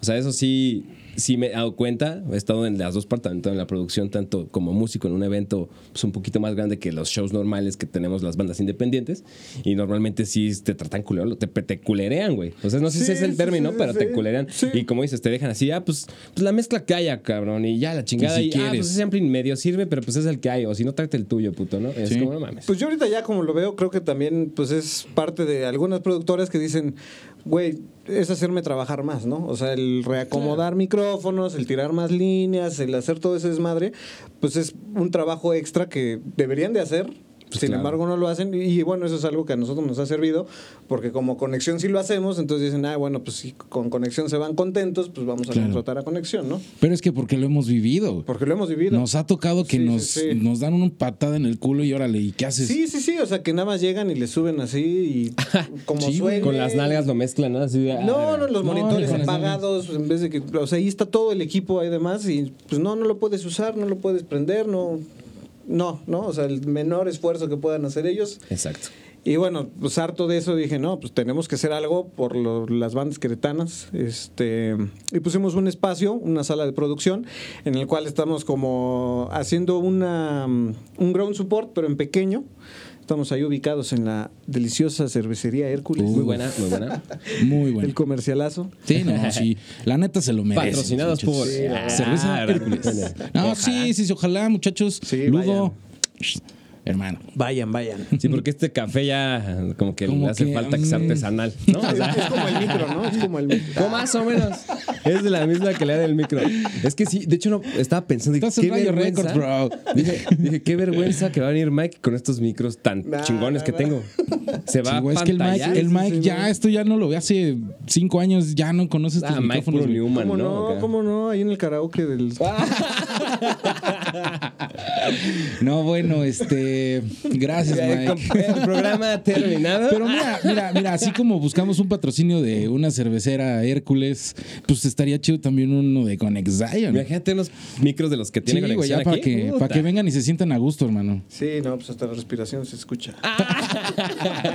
Speaker 2: O sea, eso sí, sí me he dado cuenta. He estado en las dos partes, tanto en la producción, tanto como músico en un evento pues, un poquito más grande que los shows normales que tenemos las bandas independientes. Y normalmente sí te tratan culero, te, te culerean, güey. O sea, no sé
Speaker 1: Sí,
Speaker 2: si es el
Speaker 1: sí,
Speaker 2: término,
Speaker 1: sí,
Speaker 2: pero
Speaker 1: sí.
Speaker 2: te culerean.
Speaker 1: Sí.
Speaker 2: Y como dices, te dejan así, ah, pues, pues la mezcla que haya, cabrón. Y ya la chingada.
Speaker 3: si
Speaker 2: Y, ah,
Speaker 3: quieres.
Speaker 2: pues ese en medio sirve, pero pues es el que hay. O si no, tráete el tuyo, puto, ¿no? Es
Speaker 3: Sí.
Speaker 2: como, no mames.
Speaker 1: Pues yo ahorita ya como lo veo, creo que también pues es parte de algunas productoras que dicen, güey, es hacerme trabajar más, ¿no? O sea, el reacomodar micrófonos, el tirar más líneas, el hacer todo ese desmadre, pues es un trabajo extra que deberían de hacer.
Speaker 2: Pues
Speaker 1: Sin
Speaker 2: claro.
Speaker 1: embargo, no lo hacen. Y, y bueno, eso es algo que a nosotros nos ha servido, porque como conexión sí lo hacemos, entonces dicen, ah, bueno, pues si con conexión se van contentos, pues vamos a
Speaker 3: Claro.
Speaker 1: contratar a conexión, ¿no?
Speaker 3: Pero es que porque lo hemos vivido. güey.
Speaker 1: Porque lo hemos vivido.
Speaker 3: Nos ha tocado que
Speaker 1: Sí, sí,
Speaker 3: nos,
Speaker 1: sí.
Speaker 3: nos dan una patada en el culo y órale, ¿y qué haces?
Speaker 1: Sí, sí, sí, o sea que nada más llegan y le suben así y como
Speaker 3: Sí,
Speaker 1: suena.
Speaker 3: güey,
Speaker 2: Con las nalgas lo mezclan, ¿no? Así de, ah,
Speaker 1: No, no, los
Speaker 3: No,
Speaker 1: monitores
Speaker 3: con las
Speaker 1: apagados, en vez de que, o sea, ahí está todo el equipo ahí demás y pues no, no lo puedes usar, no lo puedes prender, no, no, no, o sea, el menor esfuerzo que puedan hacer ellos.
Speaker 2: Exacto.
Speaker 1: Y bueno, pues harto de eso dije, no, pues tenemos que hacer algo por lo- las bandas queretanas. Este, y pusimos un espacio, una sala de producción, en el cual estamos como haciendo una, mm, un ground support, pero en pequeño. Estamos ahí ubicados en la deliciosa cervecería Hércules.
Speaker 2: Muy buena, muy buena.
Speaker 3: Muy bueno.
Speaker 1: El comercialazo.
Speaker 3: Sí, no, sí. La neta se lo merece.
Speaker 2: Patrocinados por
Speaker 3: Cerveza Hércules. No, sí, sí, sí, ojalá, muchachos.
Speaker 1: Ah, Sí,
Speaker 3: Ludo. Hermano.
Speaker 1: Vayan, vayan.
Speaker 2: Sí, porque este café ya como que
Speaker 3: Como
Speaker 2: le hace
Speaker 3: que,
Speaker 2: falta que sea
Speaker 3: mm.
Speaker 2: artesanal, ¿no? O
Speaker 1: Es,
Speaker 2: sea,
Speaker 1: es como el micro, ¿no? Es como el micro.
Speaker 2: o más o menos. Es de la misma calidad del micro. Es que sí, de hecho no, estaba pensando
Speaker 3: Estás en
Speaker 2: qué
Speaker 3: Radio
Speaker 2: vergüenza.
Speaker 3: Records, bro.
Speaker 2: Dije, dije, qué vergüenza que va a venir Mike con estos micros tan
Speaker 1: Nah,
Speaker 2: chingones que
Speaker 1: nah.
Speaker 2: tengo. Se va
Speaker 3: Sí, güey,
Speaker 2: a
Speaker 3: es que el Mike,
Speaker 2: pantallar.
Speaker 3: el Mike
Speaker 1: sí,
Speaker 3: ya,
Speaker 1: güey.
Speaker 3: esto ya no lo ve hace cinco años, ya no conoces tus
Speaker 2: Ah, Mike
Speaker 3: micrófonos.
Speaker 2: puro
Speaker 3: güey.
Speaker 2: Newman,
Speaker 1: ¿Cómo
Speaker 2: ¿no?
Speaker 1: no?
Speaker 2: Acá.
Speaker 1: ¿Cómo no? Ahí en el karaoke del...
Speaker 3: Ah. No, bueno, este. Gracias,
Speaker 2: Eh,
Speaker 3: Mike.
Speaker 2: com- El programa terminado.
Speaker 3: Pero mira, mira, mira, así como buscamos un patrocinio de una cervecera Hércules, pues estaría chido también uno de Conexion.
Speaker 2: Ah. Imagínate unos micros de los que tiene
Speaker 3: Sí, güey,
Speaker 2: conexión
Speaker 3: ya para
Speaker 2: aquí.
Speaker 3: que, para
Speaker 2: Puta.
Speaker 3: que vengan y se sientan a gusto, hermano.
Speaker 1: Sí, no, pues hasta la respiración se escucha.
Speaker 3: Ah.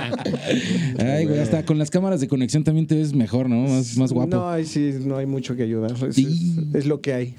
Speaker 3: Ay, güey, hasta con las cámaras de conexión también te ves mejor, ¿no? Más, más guapo.
Speaker 1: No, ahí sí, no hay mucho que ayudar. Es,
Speaker 3: Sí.
Speaker 1: es- es lo que hay.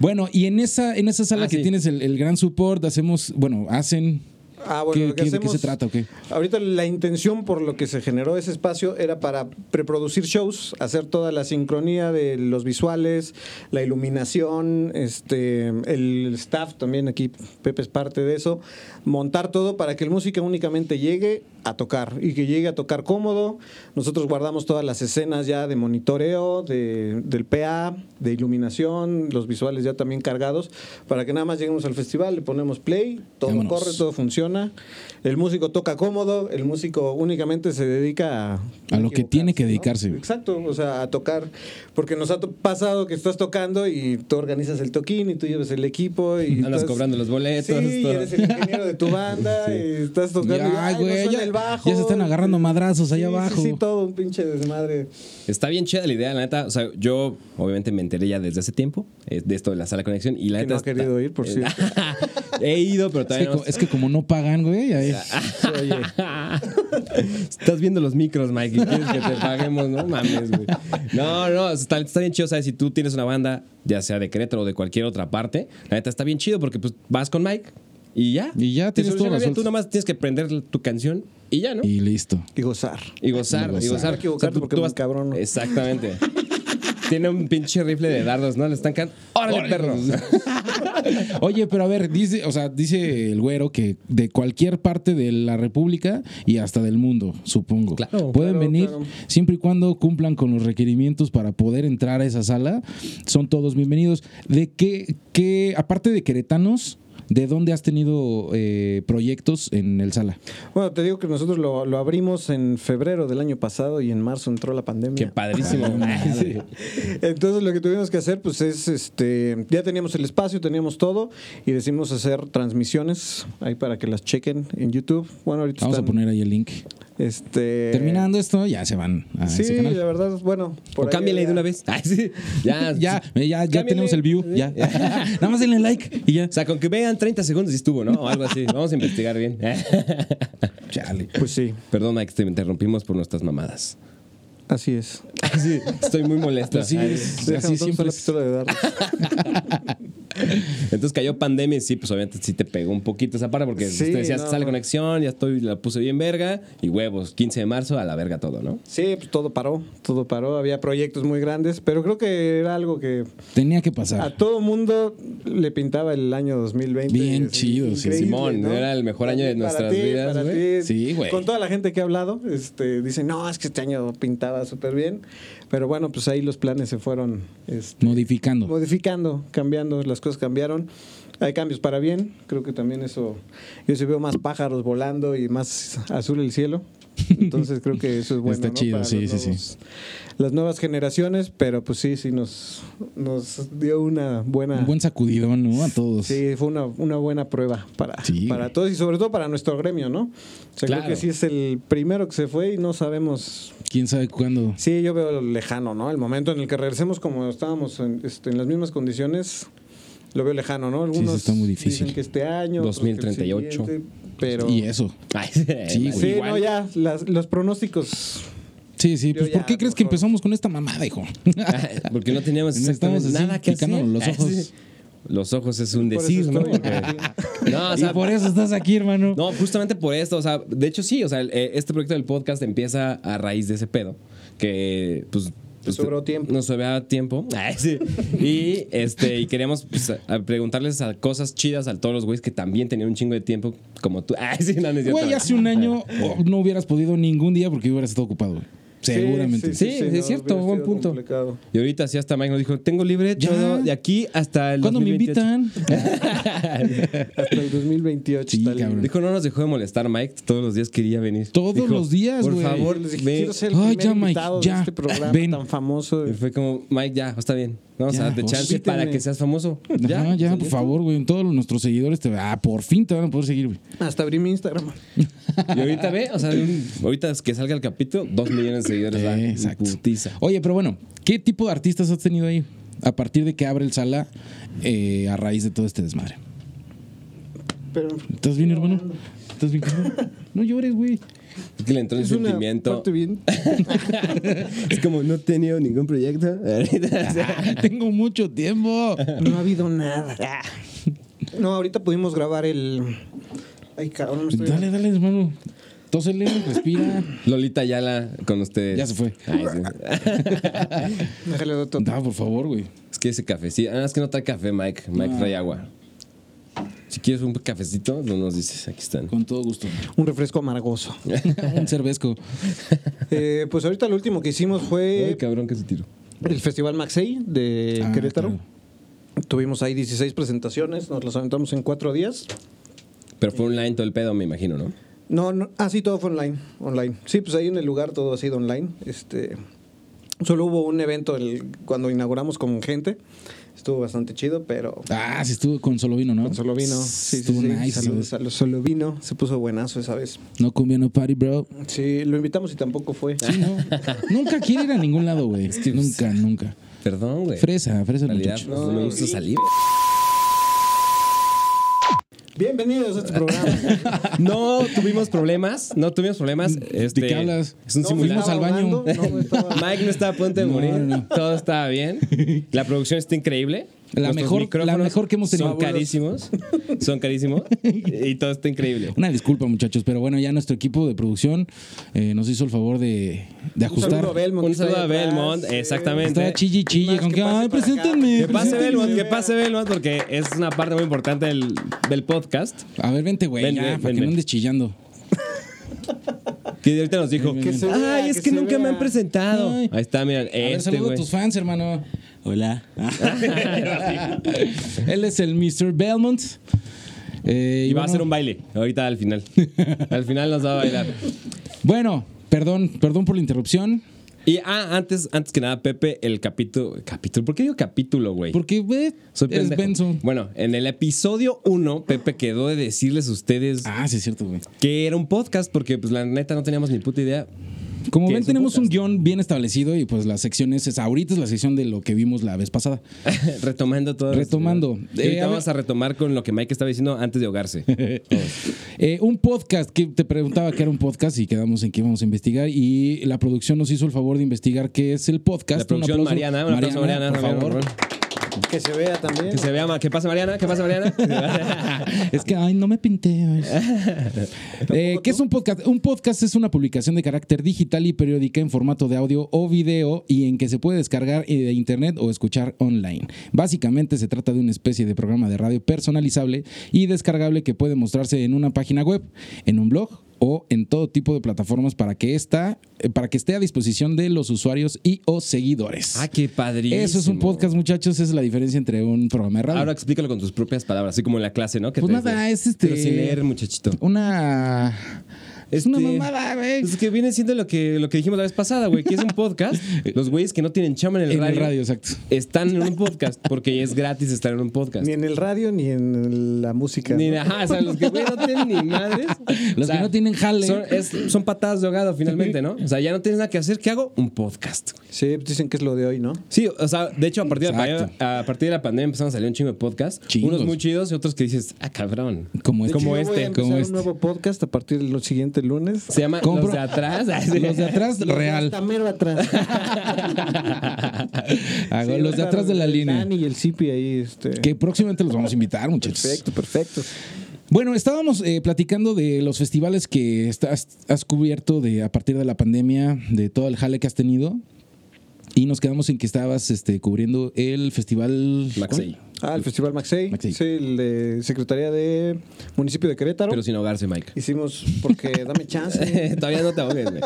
Speaker 3: Bueno, y en esa, en esa sala
Speaker 2: Ah,
Speaker 3: que
Speaker 2: sí.
Speaker 3: tienes el, el gran support, hacemos, bueno, hacen.
Speaker 1: Ah, bueno,
Speaker 3: ¿Qué-
Speaker 1: lo que
Speaker 3: qué- de qué
Speaker 1: hacemos-
Speaker 3: se trata o qué?
Speaker 1: Ahorita la intención por lo que se generó ese espacio era para preproducir shows, hacer toda la sincronía de los visuales, la iluminación, este, el staff también aquí, Pepe es parte de eso, montar todo para que el músico únicamente llegue a tocar y que llegue a tocar cómodo. Nosotros guardamos todas las escenas ya de monitoreo, de- del PA, de iluminación, los visuales ya también cargados, para que nada más lleguemos al festival, le ponemos play, todo
Speaker 3: Vámonos.
Speaker 1: corre, todo funciona. El músico toca cómodo, el músico únicamente se dedica a...
Speaker 3: A lo que tiene que
Speaker 1: ¿no?
Speaker 3: dedicarse.
Speaker 1: Exacto, o sea, a tocar. Porque nos ha to- pasado que estás tocando y tú organizas el toquín y tú llevas el equipo y...
Speaker 2: Andas
Speaker 1: estás-
Speaker 2: cobrando los boletos.
Speaker 1: Sí,
Speaker 2: todo.
Speaker 1: eres el ingeniero de tu banda y estás tocando y,
Speaker 3: Ya,
Speaker 1: "Ay, no
Speaker 3: güey,
Speaker 1: suena
Speaker 3: ya-
Speaker 1: el bajo".
Speaker 3: ya se están agarrando madrazos allá
Speaker 1: Sí, sí,
Speaker 3: abajo.
Speaker 1: Sí, todo un pinche desmadre.
Speaker 2: Está bien chida la idea, la neta. O sea, yo obviamente me enteré ya desde hace tiempo eh, de esto de la sala de conexión y la
Speaker 1: Que
Speaker 2: neta.
Speaker 1: no ha
Speaker 2: está-
Speaker 1: querido ir, por cierto.
Speaker 2: He ido, pero
Speaker 3: Es que,
Speaker 2: todavía no.
Speaker 3: co- es que como no pagan, güey, ahí-
Speaker 1: Oye,
Speaker 2: Estás viendo los micros, Mike, y quieres que te paguemos, no mames, güey. No, no, está, está bien chido. O sea, si tú tienes una banda, ya sea de Querétaro o de cualquier otra parte, la neta está bien chido porque pues vas con Mike y ya.
Speaker 3: Y ya
Speaker 2: Se
Speaker 3: tienes todo
Speaker 2: soluciona bien.
Speaker 3: resuelto.
Speaker 2: Tú nomás tienes que prender tu canción y ya, ¿no?
Speaker 3: y listo.
Speaker 1: y gozar.
Speaker 2: Y gozar, y
Speaker 3: gozar.
Speaker 2: gozar.
Speaker 1: No equivocarte porque es muy cabrón, ¿no?
Speaker 2: Exactamente. Tiene un pinche rifle de dardos, ¿no? Le están cantando. ¡Órale, perro!
Speaker 3: Oye, pero a ver, dice, o sea, dice el güero que de cualquier parte de la República y hasta del mundo, supongo.
Speaker 2: Claro,
Speaker 3: Pueden
Speaker 1: claro,
Speaker 3: venir
Speaker 1: claro.
Speaker 3: siempre y cuando cumplan con los requerimientos para poder entrar a esa sala. Son todos bienvenidos. ¿De qué, qué aparte de queretanos, de dónde has tenido eh, proyectos en el sala?
Speaker 1: Bueno, te digo que nosotros lo, lo abrimos en febrero del año pasado y en marzo entró la pandemia.
Speaker 2: ¡Qué padrísimo! Sí.
Speaker 1: Entonces lo que tuvimos que hacer pues es este ya teníamos el espacio, teníamos todo y decidimos hacer transmisiones ahí para que las chequen en YouTube. Bueno, ahorita
Speaker 3: Vamos a
Speaker 1: están,
Speaker 3: poner ahí el link.
Speaker 1: este Ah,
Speaker 3: Terminando esto, ya se van a
Speaker 1: Sí,
Speaker 3: ese canal.
Speaker 1: la verdad, bueno,
Speaker 2: O
Speaker 1: ahí
Speaker 2: cámbiale de
Speaker 1: había-
Speaker 2: una vez. Ay, sí. Ya,
Speaker 3: Ya, ya, ya
Speaker 2: Cámbiale.
Speaker 3: tenemos el view. Ya. Nada más denle like y ya.
Speaker 2: O sea, con que vean 30 segundos y estuvo, ¿no? O algo así. Vamos a investigar bien.
Speaker 3: Chale.
Speaker 1: Pues sí,
Speaker 2: Perdón, Mike, te interrumpimos por nuestras mamadas.
Speaker 1: así es.
Speaker 2: Sí, estoy muy molesto.
Speaker 3: Así Pues es,
Speaker 1: Deja
Speaker 3: así
Speaker 1: entonces
Speaker 3: siempre
Speaker 1: la
Speaker 3: es.
Speaker 1: pistola de dardos.
Speaker 2: Entonces cayó pandemia y sí, pues obviamente sí te pegó un poquito esa para porque
Speaker 1: Sí,
Speaker 2: usted decía,
Speaker 1: no.
Speaker 2: sale conexión, ya estoy, la puse bien verga y huevos, 15 de marzo a la verga todo, ¿no?
Speaker 1: Sí, pues todo paró, todo paró, había proyectos muy grandes, pero creo que era algo que
Speaker 3: Tenía que pasar.
Speaker 1: a todo mundo le pintaba el año 2020.
Speaker 3: Bien
Speaker 1: Es
Speaker 3: chido, sí.
Speaker 1: increíble,
Speaker 2: Simón, era el mejor año de
Speaker 1: Para
Speaker 2: nuestras
Speaker 1: ti,
Speaker 2: vidas,
Speaker 1: para
Speaker 2: güey.
Speaker 1: ti.
Speaker 3: Sí, güey.
Speaker 1: Con toda la gente que he hablado, este, dicen, no, es que este año pintaba súper bien. Pero bueno, pues ahí los planes se fueron este,
Speaker 3: Modificando.
Speaker 1: modificando, cambiando, las cosas cambiaron. Hay cambios para bien, creo que también eso, yo sí veo más pájaros volando y más azul el cielo. Entonces creo que eso es bueno.
Speaker 3: Está
Speaker 1: ¿no?
Speaker 3: chido,
Speaker 1: Para
Speaker 3: sí,
Speaker 1: los
Speaker 3: sí, sí.
Speaker 1: nuevos- Las nuevas generaciones, pero pues sí, sí nos, nos dio una buena...
Speaker 3: Un buen sacudidón, ¿no? A todos.
Speaker 1: Sí, fue una, una buena prueba para,
Speaker 3: Sí.
Speaker 1: para todos y sobre todo para nuestro gremio, ¿no? O sea,
Speaker 2: Claro.
Speaker 1: creo que sí es el primero que se fue y no sabemos.
Speaker 3: ¿Quién sabe cuándo?
Speaker 1: Sí, yo veo lejano, ¿no? El momento en el que regresemos como estábamos en, este, en las mismas condiciones, lo veo lejano, ¿no? Algunos
Speaker 3: está muy difícil.
Speaker 1: dicen que este año, otros que el
Speaker 2: 2038.
Speaker 1: siguiente, pero
Speaker 3: Y eso.
Speaker 2: Ay, sí,
Speaker 3: Sí,
Speaker 1: Sí,
Speaker 2: igual.
Speaker 1: no, ya las- los pronósticos.
Speaker 3: Sí, sí.
Speaker 1: Yo
Speaker 3: Pues, ¿por
Speaker 1: ya,
Speaker 3: qué
Speaker 1: por
Speaker 3: crees que
Speaker 1: favor.
Speaker 3: empezamos con esta mamada, hijo?
Speaker 2: Porque no teníamos
Speaker 3: No estamos
Speaker 2: exactamente
Speaker 3: así,
Speaker 2: nada que hacer.
Speaker 3: picándonos los ojos.
Speaker 2: Sí. Los ojos es un
Speaker 1: Por eso
Speaker 2: decir, ¿no?
Speaker 1: estoy
Speaker 2: Porque-
Speaker 1: aquí.
Speaker 2: No, o
Speaker 3: y
Speaker 2: sea,
Speaker 3: por eso estás aquí, hermano.
Speaker 2: No, justamente por esto. O sea, de hecho, sí. O sea, el- eh, este proyecto del podcast empieza a raíz de ese pedo. Que, pues.
Speaker 1: Nos sobró tiempo.
Speaker 2: Nos sobraba tiempo. Ay, sí. Y, este, y queríamos pues, a- a preguntarles a cosas chidas a todos los güeyes que también tenían un chingo de tiempo, como tú. Ay, sí, no, no es cierto.
Speaker 3: Güey, hace un año oh, no hubieras podido ningún día porque hubieras estado ocupado. güey. Seguramente.
Speaker 2: Sí, es cierto,
Speaker 1: hubiera
Speaker 2: buen
Speaker 1: sido
Speaker 2: punto.
Speaker 1: complicado.
Speaker 2: Y ahorita sí, hasta Mike nos dijo: Tengo libre
Speaker 3: Ya.
Speaker 2: todo de aquí hasta el.
Speaker 3: ¿Cuándo me
Speaker 2: 2028".
Speaker 3: invitan?
Speaker 1: Hasta el 2028.
Speaker 3: Sí,
Speaker 1: tal y-
Speaker 3: cabrón.
Speaker 2: Dijo: No nos dejó de molestar, Mike. Todos los días quería venir.
Speaker 3: Todos
Speaker 2: Dijo,
Speaker 3: los días,
Speaker 2: Por
Speaker 3: güey.
Speaker 2: favor,
Speaker 1: Les dije,
Speaker 2: ven".
Speaker 1: quiero ser el
Speaker 3: Ay,
Speaker 1: primer
Speaker 3: ya, Mike,
Speaker 1: invitado
Speaker 3: ya.
Speaker 1: de este programa
Speaker 3: Ven.
Speaker 1: tan famoso.
Speaker 2: Y fue como, Mike, ya, está bien. Vamos
Speaker 3: Ya,
Speaker 2: a darte
Speaker 3: pues,
Speaker 2: chance
Speaker 1: invíteme.
Speaker 2: para que seas famoso.
Speaker 3: Ya, ya, por favor, güey. Todos nuestros seguidores te Ah, por fin te van a poder seguir, güey.
Speaker 1: Hasta abrí mi Instagram.
Speaker 2: Y ahorita ve, o sea, de un- ahorita es que salga el capítulo, dos millones de seguidores. va.
Speaker 3: Eh, exacto.
Speaker 2: Putiza.
Speaker 3: Oye, pero bueno, ¿qué tipo de artistas has tenido ahí? A partir de que abre el sala eh, a raíz de todo este desmadre.
Speaker 1: Pero
Speaker 3: ¿Estás bien, hermano? ¿Estás bien, cabrón? No llores, güey.
Speaker 2: Es que le entró un
Speaker 1: Es una
Speaker 2: sentimiento.
Speaker 1: parte bien.
Speaker 2: es como, no he tenido ningún proyecto.
Speaker 3: Tengo mucho tiempo.
Speaker 1: No ha habido nada. No, ahorita pudimos grabar el. Ay, cabrón, me estoy.
Speaker 3: Dale, dale, hermano. Tósele, respira.
Speaker 2: Lolita Yala con ustedes.
Speaker 3: Ya se fue.
Speaker 2: Ay, sí.
Speaker 1: Déjale otro.
Speaker 3: No, por favor, güey.
Speaker 2: Es que ese café, sí. Ah, es que no trae café, Mike. Mike trae agua. Si quieres un cafecito, no nos dices. Aquí están.
Speaker 3: Con todo gusto.
Speaker 1: Un refresco amargoso.
Speaker 3: Un cervezco.
Speaker 1: Eh, pues ahorita lo último que hicimos
Speaker 2: Ay,
Speaker 1: fue
Speaker 2: cabrón, que se tiró.
Speaker 1: el Festival Maxey de
Speaker 3: Ah,
Speaker 1: Querétaro.
Speaker 3: claro.
Speaker 1: Tuvimos ahí 16 presentaciones, nos las aventamos en cuatro días.
Speaker 2: Pero
Speaker 1: eh.
Speaker 2: fue online todo el pedo, me imagino, ¿no?
Speaker 1: No, no, ah, sí, todo fue online, online. Sí, pues ahí en el lugar todo ha sido online. Este, solo hubo un evento el- cuando inauguramos con gente. Estuvo bastante chido, pero
Speaker 3: Ah, sí estuvo con solo vino, ¿no?
Speaker 1: con solo vino. Sí, sí,
Speaker 3: Estuvo
Speaker 1: sí.
Speaker 3: nice.
Speaker 1: Saludos a los solo vino. Se puso buenazo esa vez.
Speaker 3: No cumbia, no party, bro.
Speaker 1: Sí, lo invitamos y tampoco fue.
Speaker 3: Sí, no. nunca quiere ir a ningún lado, güey. nunca, nunca.
Speaker 2: Perdón, güey.
Speaker 3: Fresa, fresa
Speaker 2: En
Speaker 3: el
Speaker 2: realidad,
Speaker 3: muchacho.
Speaker 2: pues, no me gusta salir.
Speaker 1: Bienvenidos a este programa.
Speaker 2: No tuvimos problemas. No tuvimos problemas. Este,
Speaker 3: qué hablas?
Speaker 2: Es un
Speaker 1: No,
Speaker 2: simulacro.
Speaker 1: estaba
Speaker 3: al baño.
Speaker 1: ahogando, no, estaba-
Speaker 2: Mike no estaba a punto de
Speaker 3: No,
Speaker 2: morir.
Speaker 3: no, no.
Speaker 2: Todo estaba bien. La producción está increíble.
Speaker 3: La
Speaker 2: Nuestros
Speaker 3: mejor- la
Speaker 2: micrófonos
Speaker 3: mejor que hemos tenido.
Speaker 2: Son carísimos. Son carísimos. Y todo está increíble.
Speaker 3: Una disculpa, muchachos, pero bueno, ya nuestro equipo de producción eh, nos hizo el favor de, de
Speaker 1: Un saludo
Speaker 3: ajustar.
Speaker 1: a Belmont.
Speaker 2: Un
Speaker 1: que está
Speaker 2: saludo
Speaker 1: ahí
Speaker 2: a
Speaker 1: atrás,
Speaker 2: Belmont,
Speaker 1: eh,
Speaker 2: exactamente.
Speaker 3: Está chille y chille,
Speaker 1: Más
Speaker 3: con
Speaker 1: que
Speaker 3: que,
Speaker 1: pase
Speaker 3: ay,
Speaker 1: para acá.
Speaker 3: preséntenme.
Speaker 2: Que pase
Speaker 3: preséntenme".
Speaker 2: Belmont, que pase Belmont, porque es una parte muy importante del, del podcast.
Speaker 3: A ver, vente, güey,
Speaker 2: Ven,
Speaker 3: ya,
Speaker 2: ven,
Speaker 3: para
Speaker 2: ven,
Speaker 3: que no
Speaker 2: ven.
Speaker 3: andes chillando.
Speaker 2: Que ahorita nos dijo:
Speaker 1: Que se vea,
Speaker 2: Ay, es
Speaker 1: que
Speaker 2: que
Speaker 1: se
Speaker 2: nunca me
Speaker 1: vea".
Speaker 2: han presentado.
Speaker 3: Ay.
Speaker 2: Ahí está, miren.
Speaker 3: A ver,
Speaker 2: Este,
Speaker 3: saludo a
Speaker 2: güey.
Speaker 3: tus fans, hermano. Hola. Él es el Mr. Belmont. Eh,
Speaker 2: Y va a
Speaker 3: bueno,
Speaker 2: hacer un baile. Ahorita al final. Al final nos va a bailar.
Speaker 3: Bueno, perdón, perdón por la interrupción.
Speaker 2: Y ah, antes, antes que nada, Pepe, el capítulo. Capítulo. ¿Por qué digo capítulo, güey?
Speaker 3: Porque, güey,
Speaker 2: Soy
Speaker 3: eres
Speaker 2: pendejo.
Speaker 3: Benzo.
Speaker 2: Bueno, en el episodio 1, Pepe quedó de decirles a ustedes
Speaker 3: Ah, sí, es cierto, güey.
Speaker 2: que era un podcast, porque pues la neta no teníamos ni puta idea.
Speaker 3: Como
Speaker 2: ¿Qué
Speaker 3: ven,
Speaker 2: es un
Speaker 3: tenemos un
Speaker 2: podcast?
Speaker 3: guión bien establecido y pues las secciones es ahorita es la sección de lo que vimos la vez pasada.
Speaker 2: Retomando todo. esto.
Speaker 3: Retomando.
Speaker 2: Y ahorita
Speaker 3: Eh, a ver.
Speaker 2: vamos a retomar con lo que Mike estaba diciendo antes de ahogarse.
Speaker 3: Eh, un podcast, que te preguntaba qué era un podcast y quedamos en que íbamos a investigar y la producción nos hizo el favor de investigar qué es el podcast.
Speaker 2: la producción
Speaker 3: aplauso.
Speaker 2: Mariana, un aplauso Mariana,
Speaker 3: por
Speaker 2: Mariana,
Speaker 3: favor.
Speaker 2: Mariana.
Speaker 1: Que se vea también.
Speaker 2: Que se vea, ma- que pase Mariana, que pase Mariana.
Speaker 3: Es que, ay, no me pinté. ay. Eh, ¿Qué es un podcast? Un podcast es una publicación de carácter digital y periódica en formato de audio o video y en que se puede descargar eh, de internet o escuchar online. Básicamente se trata de una especie de programa de radio personalizable y descargable que puede mostrarse en una página web, en un blog o en todo tipo de plataformas para que, esta, eh, para que esté a disposición de los usuarios y o seguidores.
Speaker 2: ah, qué padrísimo.
Speaker 3: Eso es un podcast, muchachos. Esa es la diferencia entre un programa de radio.
Speaker 2: Ahora explícalo con tus propias palabras, así como en la clase, ¿no? Que
Speaker 3: Pues
Speaker 2: te-
Speaker 3: nada, es este-
Speaker 2: Pero sin leer, muchachito.
Speaker 3: una. Es una
Speaker 2: Este-
Speaker 3: mamada, güey.
Speaker 2: Pues que viene siendo lo que, lo que dijimos la vez pasada, güey, que es un podcast. Los güeyes que no tienen chamba en el,
Speaker 3: En
Speaker 2: radio,
Speaker 3: el radio, exacto.
Speaker 2: están en un podcast porque es gratis estar en un podcast.
Speaker 1: Ni en el radio ni en la música.
Speaker 2: Ni-
Speaker 1: ¿no?
Speaker 2: ajá, o sea, los que güey, no tienen ni madres.
Speaker 3: Los
Speaker 2: o sea,
Speaker 3: que no tienen jale.
Speaker 2: Son, es- son patadas de ahogado finalmente, ¿no? O sea, ya no tienes nada que hacer. ¿Qué hago? Un podcast. güey.
Speaker 1: Sí, dicen que es lo de hoy, ¿no?
Speaker 2: Sí, o sea, de hecho, a partir, de la,
Speaker 3: Exacto.
Speaker 2: pandemia- a partir de la pandemia empezaron a salir un chingo de podcasts.
Speaker 3: Chingos.
Speaker 2: Unos muy chidos y otros que dices, ah, cabrón.
Speaker 3: Como
Speaker 1: De
Speaker 3: este.
Speaker 1: hecho, yo
Speaker 2: Como
Speaker 1: voy a
Speaker 2: este,
Speaker 1: empezar
Speaker 3: como
Speaker 1: un
Speaker 3: este.
Speaker 1: nuevo podcast a partir del siguiente lunes.
Speaker 2: Se llama
Speaker 3: Compro-
Speaker 2: Los de atrás.
Speaker 3: este. Los de atrás, real.
Speaker 1: Hasta mero atrás.
Speaker 3: Ah, güey,
Speaker 1: Sí,
Speaker 3: los de atrás de la
Speaker 1: el
Speaker 3: línea.
Speaker 1: Dani y el Cipi ahí. Este.
Speaker 3: Que próximamente los vamos a invitar, muchachos.
Speaker 1: Perfecto, perfecto.
Speaker 3: Bueno, estábamos eh, platicando de los festivales que estás, has cubierto de, a partir de la pandemia, de todo el jale que has tenido. Y nos quedamos en que estabas este, cubriendo el festival.
Speaker 2: Maxey.
Speaker 3: ¿cuál?
Speaker 1: Ah, el Festival Maxey.
Speaker 3: Maxey.
Speaker 1: Sí, el de Secretaría de Municipio de Querétaro.
Speaker 2: Pero sin ahogarse, Mike.
Speaker 1: Hicimos porque dame chance.
Speaker 2: Todavía no te ahogues, güey.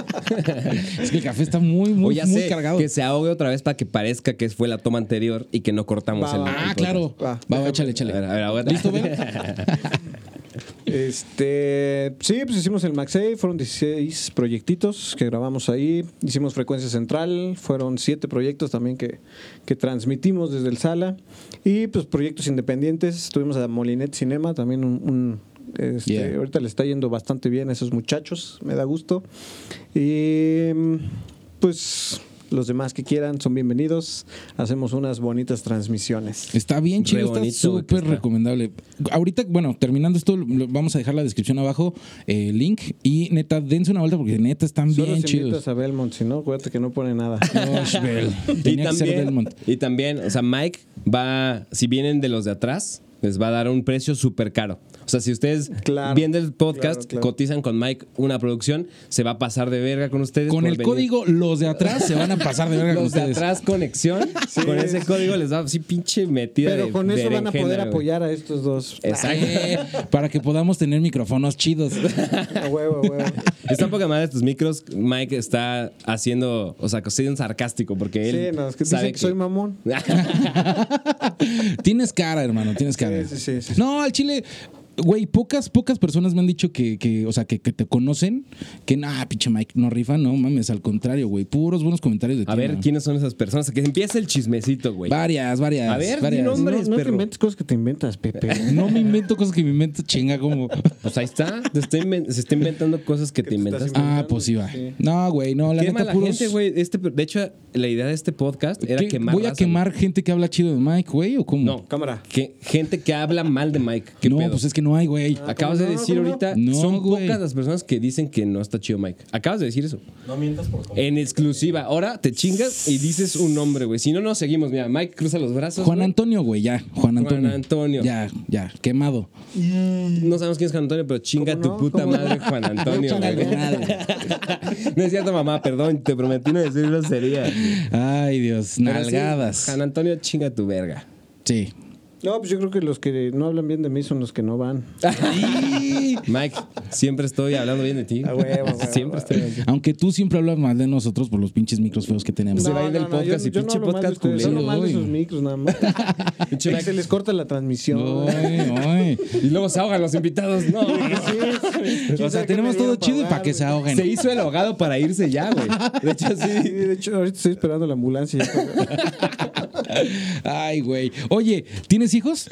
Speaker 3: Es que el café está muy, muy,
Speaker 2: o Oh, ya
Speaker 3: muy
Speaker 2: sé,
Speaker 3: cargado.
Speaker 2: que se ahogue otra vez para que parezca que fue la toma anterior y que no cortamos
Speaker 1: Va,
Speaker 2: el.
Speaker 1: va,
Speaker 2: el
Speaker 1: va.
Speaker 3: Ah,
Speaker 2: podcast.
Speaker 3: claro.
Speaker 1: Va,
Speaker 3: Va, va, échale, échale.
Speaker 2: A ver, a ver, ahora.
Speaker 3: ¿Listo, Bel?
Speaker 1: Este, sí, pues hicimos el Maxey, fueron 16 proyectitos que grabamos ahí, hicimos Frecuencia Central, fueron 7 proyectos también que, que transmitimos desde el sala y pues proyectos independientes, tuvimos a Molinet Cinema, también un... un, este,
Speaker 3: Yeah.
Speaker 1: Ahorita le está yendo bastante bien a esos muchachos, me da gusto. Y mm, pues, Los demás que quieran son bienvenidos. Hacemos unas bonitas transmisiones.
Speaker 3: Está bien
Speaker 2: Re
Speaker 3: chido,
Speaker 2: bonito,
Speaker 3: está
Speaker 2: que
Speaker 3: súper
Speaker 2: está.
Speaker 3: recomendable. Ahorita, bueno, terminando esto, lo- vamos a dejar la descripción abajo, eh, link. Y neta, dense una vuelta porque neta están
Speaker 1: Solo
Speaker 3: bien
Speaker 1: si
Speaker 3: chidos.
Speaker 1: invitas a Belmont, si no, acuérdate que no pone nada.
Speaker 3: Gosh, Bel. Tenía que ser Belmont.
Speaker 2: y también, o sea, Mike va, si vienen de los de atrás, les va a dar un precio súper caro. O sea, si ustedes
Speaker 1: Claro,
Speaker 2: vienen del podcast,
Speaker 1: claro, claro.
Speaker 2: cotizan con Mike una producción, se va a pasar de verga con ustedes.
Speaker 3: Con
Speaker 2: por
Speaker 3: el
Speaker 2: venir.
Speaker 3: código los de atrás se van a pasar de verga con
Speaker 2: Los de
Speaker 3: ustedes.
Speaker 2: atrás conexión, con ese código les da así pinche metida
Speaker 1: Pero
Speaker 2: de
Speaker 1: con eso van a
Speaker 2: berenjena,
Speaker 1: poder
Speaker 2: güey.
Speaker 1: apoyar a estos dos.
Speaker 2: Exacto.
Speaker 3: Eh, para que podamos tener micrófonos chidos.
Speaker 1: A huevo, a huevo.
Speaker 2: Está poca madre tus micros. Mike está haciendo, o sea, que soy un sarcástico porque él.
Speaker 1: Sí, no, es que
Speaker 2: sabe
Speaker 1: dicen que soy mamón.
Speaker 3: tienes cara, hermano, tienes cara.
Speaker 1: Sí, sí, sí, sí.
Speaker 3: No, al chile. Güey, pocas, pocas personas me han dicho que, que o sea, que, que te conocen, que, nah, pinche Mike, no rifa, no mames, al contrario, güey, puros buenos comentarios de ti.
Speaker 2: A ver,
Speaker 3: mano.
Speaker 2: ¿quiénes son esas personas? Que empieza el chismecito, güey.
Speaker 3: Varias, varias.
Speaker 2: A ver, di
Speaker 3: varias.
Speaker 2: nombre. Hombres,
Speaker 1: No, no te
Speaker 2: perro.
Speaker 1: inventes cosas que te inventas, Pepe.
Speaker 3: No me invento cosas que me invento chinga como.
Speaker 2: Pues ahí está. Te está inven- se está inventando cosas que te
Speaker 1: te estás
Speaker 2: inventas.
Speaker 3: Ah, pues sí va. No, güey, no, Ah, la
Speaker 2: Qué
Speaker 3: neta
Speaker 2: mala
Speaker 3: puros.
Speaker 2: gente, güey. Este, de hecho, la idea de este podcast era
Speaker 3: ¿Qué?
Speaker 2: quemar.
Speaker 3: ¿Voy a
Speaker 2: raza,
Speaker 3: quemar gente que habla chido de Mike, güey? ¿O cómo?
Speaker 2: No.
Speaker 1: Cámara.
Speaker 2: Que, gente que habla mal de Mike. ¿Qué
Speaker 3: No,
Speaker 2: pedo? Ah,
Speaker 3: pues es que no hay, güey.
Speaker 2: Acabas de
Speaker 1: ¿cómo no?
Speaker 2: decir
Speaker 1: ¿Cómo no?
Speaker 2: ahorita,
Speaker 3: No,
Speaker 2: son
Speaker 3: güey.
Speaker 2: pocas las personas que dicen que no está chido Mike. Acabas de decir eso. No mientas por favor. En exclusiva. Ahora te chingas y dices un nombre, güey. Si no, nos seguimos. Mira, Mike cruza los brazos.
Speaker 3: Juan
Speaker 2: güey.
Speaker 3: Antonio, güey, ya. Juan Antonio.
Speaker 2: Antonio.
Speaker 3: Ya, ya, quemado.
Speaker 2: No sabemos quién es Juan Antonio, pero chinga
Speaker 1: ¿Cómo
Speaker 2: tu
Speaker 1: no?
Speaker 2: puta
Speaker 1: ¿Cómo no?
Speaker 2: madre, Juan Antonio.
Speaker 3: Chinga
Speaker 2: güey.
Speaker 3: tu madre.
Speaker 2: no es cierto, mamá, perdón, te prometí no decir grosería.
Speaker 3: Ay, Dios,
Speaker 2: Pero sí,
Speaker 3: nalgadas.
Speaker 2: Juan Antonio, chinga tu verga.
Speaker 3: Sí.
Speaker 1: No, pues yo creo que los que no hablan bien de mí son los que no van.
Speaker 2: Mike, siempre estoy hablando bien de ti.
Speaker 1: A huevo, a huevo,
Speaker 2: siempre
Speaker 1: a
Speaker 2: estoy hablando bien.
Speaker 3: Aunque tú siempre hablas mal de nosotros por los pinches micros feos que tenemos.
Speaker 2: Se va a ir del podcast y pinche
Speaker 1: hablo mal de
Speaker 2: podcast
Speaker 1: ustedes,
Speaker 2: culero,
Speaker 1: hablo mal de
Speaker 3: güey.
Speaker 1: sus micros nada más.
Speaker 2: Pinche Mike.
Speaker 1: se les corta la transmisión.
Speaker 3: Ay, ay.
Speaker 2: Y luego se ahogan los invitados. No.
Speaker 1: Sí,
Speaker 3: O sea, tenemos todo chido y para que se ahoguen.
Speaker 2: Se hizo el ahogado para irse ya, güey. De hecho,
Speaker 1: Sí,
Speaker 2: sí.
Speaker 1: de hecho, ahorita estoy esperando la ambulancia.
Speaker 3: Ay, güey. Oye, ¿tienes hijos?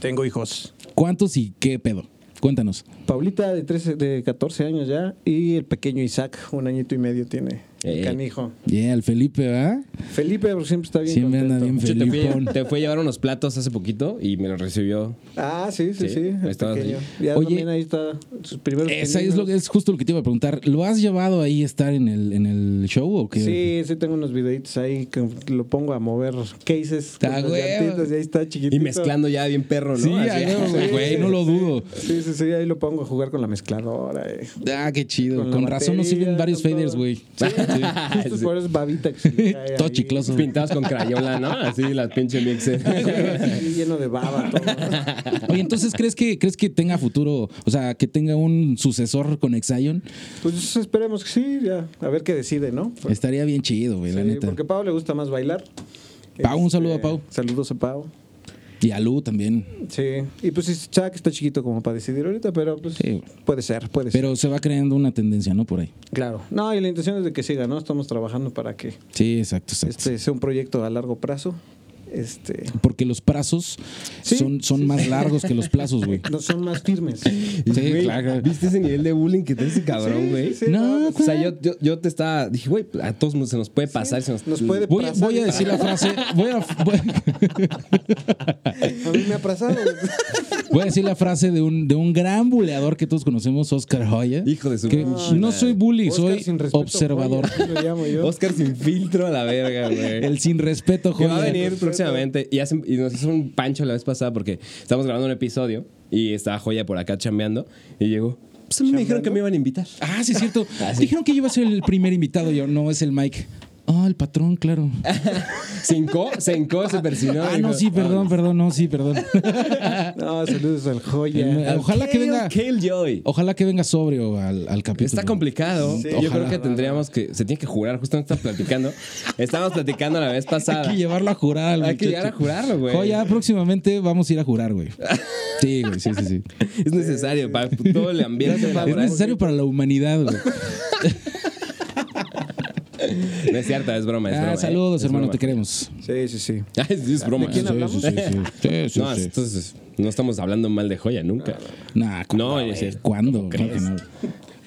Speaker 1: Tengo hijos.
Speaker 3: ¿Cuántos y qué pedo? Cuéntanos.
Speaker 1: Paulita de 13, de 14 años ya y el pequeño Isaac, un añito y medio tiene.
Speaker 2: Ey.
Speaker 1: Canijo.
Speaker 3: Yeah, el Felipe, ¿verdad?
Speaker 1: Felipe pues, siempre está bien
Speaker 3: Siempre anda
Speaker 1: contento.
Speaker 3: bien
Speaker 2: De hecho, te, fui,
Speaker 3: Felipón.
Speaker 2: te fui a llevar unos platos hace poquito y me los recibió.
Speaker 1: Ah, sí, sí,
Speaker 2: Sí,
Speaker 1: sí.
Speaker 2: ahí
Speaker 1: el
Speaker 2: estabas
Speaker 1: pequeño.
Speaker 2: ahí.
Speaker 1: Ya
Speaker 3: Oye,
Speaker 1: también ahí está sus primeros
Speaker 3: Esa es, lo,
Speaker 1: pininos.
Speaker 3: que- es justo lo que te iba a preguntar. ¿Lo has llevado ahí a estar en el, en el show o qué?
Speaker 1: Sí, sí tengo unos videitos ahí que lo pongo a mover cases
Speaker 3: Está
Speaker 1: con las
Speaker 3: huevo.
Speaker 1: llantitas y ahí está chiquitito.
Speaker 2: Y mezclando ya bien perro, ¿no?
Speaker 3: Sí,
Speaker 2: Así.
Speaker 3: ay, no, güey,
Speaker 1: Sí,
Speaker 3: güey, no lo dudo.
Speaker 1: Sí, sí, sí, ahí lo pongo a jugar con la mezcladora. eh.
Speaker 3: Ah, qué chido. Con,
Speaker 1: la
Speaker 3: razón nos sirven
Speaker 1: batería,
Speaker 3: varios
Speaker 1: con
Speaker 3: faders,
Speaker 1: todo.
Speaker 3: güey.
Speaker 1: Sí, estos
Speaker 2: Sí.
Speaker 1: colores babita que se le cae
Speaker 3: Todo
Speaker 1: ahí.
Speaker 3: chicloso.
Speaker 2: Pintados con crayola, ¿no? Así las pinche mixes.
Speaker 1: Sí, lleno de baba todo.
Speaker 3: Oye, entonces, ¿crees que, ¿crees que tenga futuro? O sea, que tenga un sucesor con Exion.
Speaker 1: Pues esperemos que sí, ya. A ver qué decide, ¿no?
Speaker 3: Estaría bien chido, güey, la
Speaker 1: Pues, Sí,
Speaker 3: neta.
Speaker 1: porque a Pau le gusta más bailar.
Speaker 3: Pau, un saludo
Speaker 1: Este,
Speaker 3: a Pau.
Speaker 1: Saludos a Pau.
Speaker 3: Y a Lu también.
Speaker 1: Sí. Y pues Isaac está chiquito como para decidir ahorita, pero pues
Speaker 3: Sí.
Speaker 1: puede ser, puede ser.
Speaker 3: Pero se va creando una tendencia, ¿no? Por ahí.
Speaker 1: Claro. No, y la intención es de que siga, ¿no? Estamos trabajando para que
Speaker 3: Sí, exacto, exacto.
Speaker 1: este sea un proyecto a largo plazo. Este.
Speaker 3: Porque los plazos
Speaker 1: Sí,
Speaker 3: son, son más largos que los plazos, güey.
Speaker 1: No son más firmes.
Speaker 3: Sí,
Speaker 2: Güey,
Speaker 3: claro.
Speaker 2: ¿Viste ese nivel de bullying que te ese cabrón, güey?
Speaker 1: Sí, sí,
Speaker 3: No,
Speaker 2: O sea, yo, yo, yo te estaba. Dije, güey, a todos nos- se nos puede pasar. se nos,
Speaker 1: Nos puede
Speaker 3: Voy,
Speaker 1: pasar.
Speaker 3: voy a decir la frase. Voy a, voy,
Speaker 1: pues, A mí me ha aplazado.
Speaker 3: voy a decir la frase de un, de un gran buleador que todos conocemos, Oscar Hoya.
Speaker 2: Hijo de su
Speaker 3: que
Speaker 2: pinche
Speaker 3: no
Speaker 2: madre.
Speaker 3: soy bully,
Speaker 1: Oscar
Speaker 3: soy
Speaker 1: sin respeto,
Speaker 3: observador.
Speaker 1: Joya, así lo llamo yo.
Speaker 2: Oscar sin filtro a la verga, güey.
Speaker 3: El sin respeto,
Speaker 2: Que
Speaker 3: Joya.
Speaker 2: va a venir próximamente. Y, hacen- y nos hizo un pancho la vez pasada porque estábamos grabando un episodio y estaba Joya por acá chambeando. Y llegó. Pues a mí me dijeron que me iban a invitar.
Speaker 3: Ah, sí, es cierto. Dijeron que yo iba a ser el primer invitado. Yo, no, es el Mike. Ah, el patrón, claro.
Speaker 2: Se hincó, se hincó, se persinó.
Speaker 3: ah,
Speaker 2: dijo,
Speaker 3: no, sí, perdón, perdón, no, sí, perdón.
Speaker 1: No, saludos al
Speaker 3: El-
Speaker 1: joya.
Speaker 3: Ojalá que
Speaker 2: Kill-
Speaker 3: venga-
Speaker 2: Killjoy.
Speaker 3: Ojalá que venga sobrio al, al capítulo.
Speaker 2: Está complicado.
Speaker 1: Sí,
Speaker 2: Yo creo
Speaker 1: ojalá.
Speaker 2: que tendríamos que. Se tiene que jurar, justamente está platicando. Estábamos platicando la vez pasada.
Speaker 3: Hay que llevarlo a jurar al
Speaker 2: Hay que
Speaker 3: muchacho.
Speaker 2: llegar a jurarlo, güey.
Speaker 3: Joya, próximamente vamos a ir a jurar, güey. Sí, güey, sí, sí, sí.
Speaker 2: Es necesario para todo el ambiente
Speaker 3: Es
Speaker 2: laboral.
Speaker 3: necesario para la humanidad, güey.
Speaker 2: No es cierto, es broma. Es
Speaker 3: Ah,
Speaker 2: broma
Speaker 3: saludos,
Speaker 2: eh. Es
Speaker 3: hermano,
Speaker 2: broma.
Speaker 3: te queremos.
Speaker 1: Sí, sí, sí.
Speaker 2: Ah, es, es broma.
Speaker 1: ¿De quién
Speaker 2: Sí,
Speaker 1: hablamos?
Speaker 2: sí, sí.
Speaker 3: sí. sí,
Speaker 2: No,
Speaker 3: sí.
Speaker 2: entonces no estamos hablando mal de joya nunca.
Speaker 3: Nah, ¿cu-
Speaker 2: No,
Speaker 3: güey,
Speaker 2: ese-
Speaker 3: ¿cuándo? Claro que no.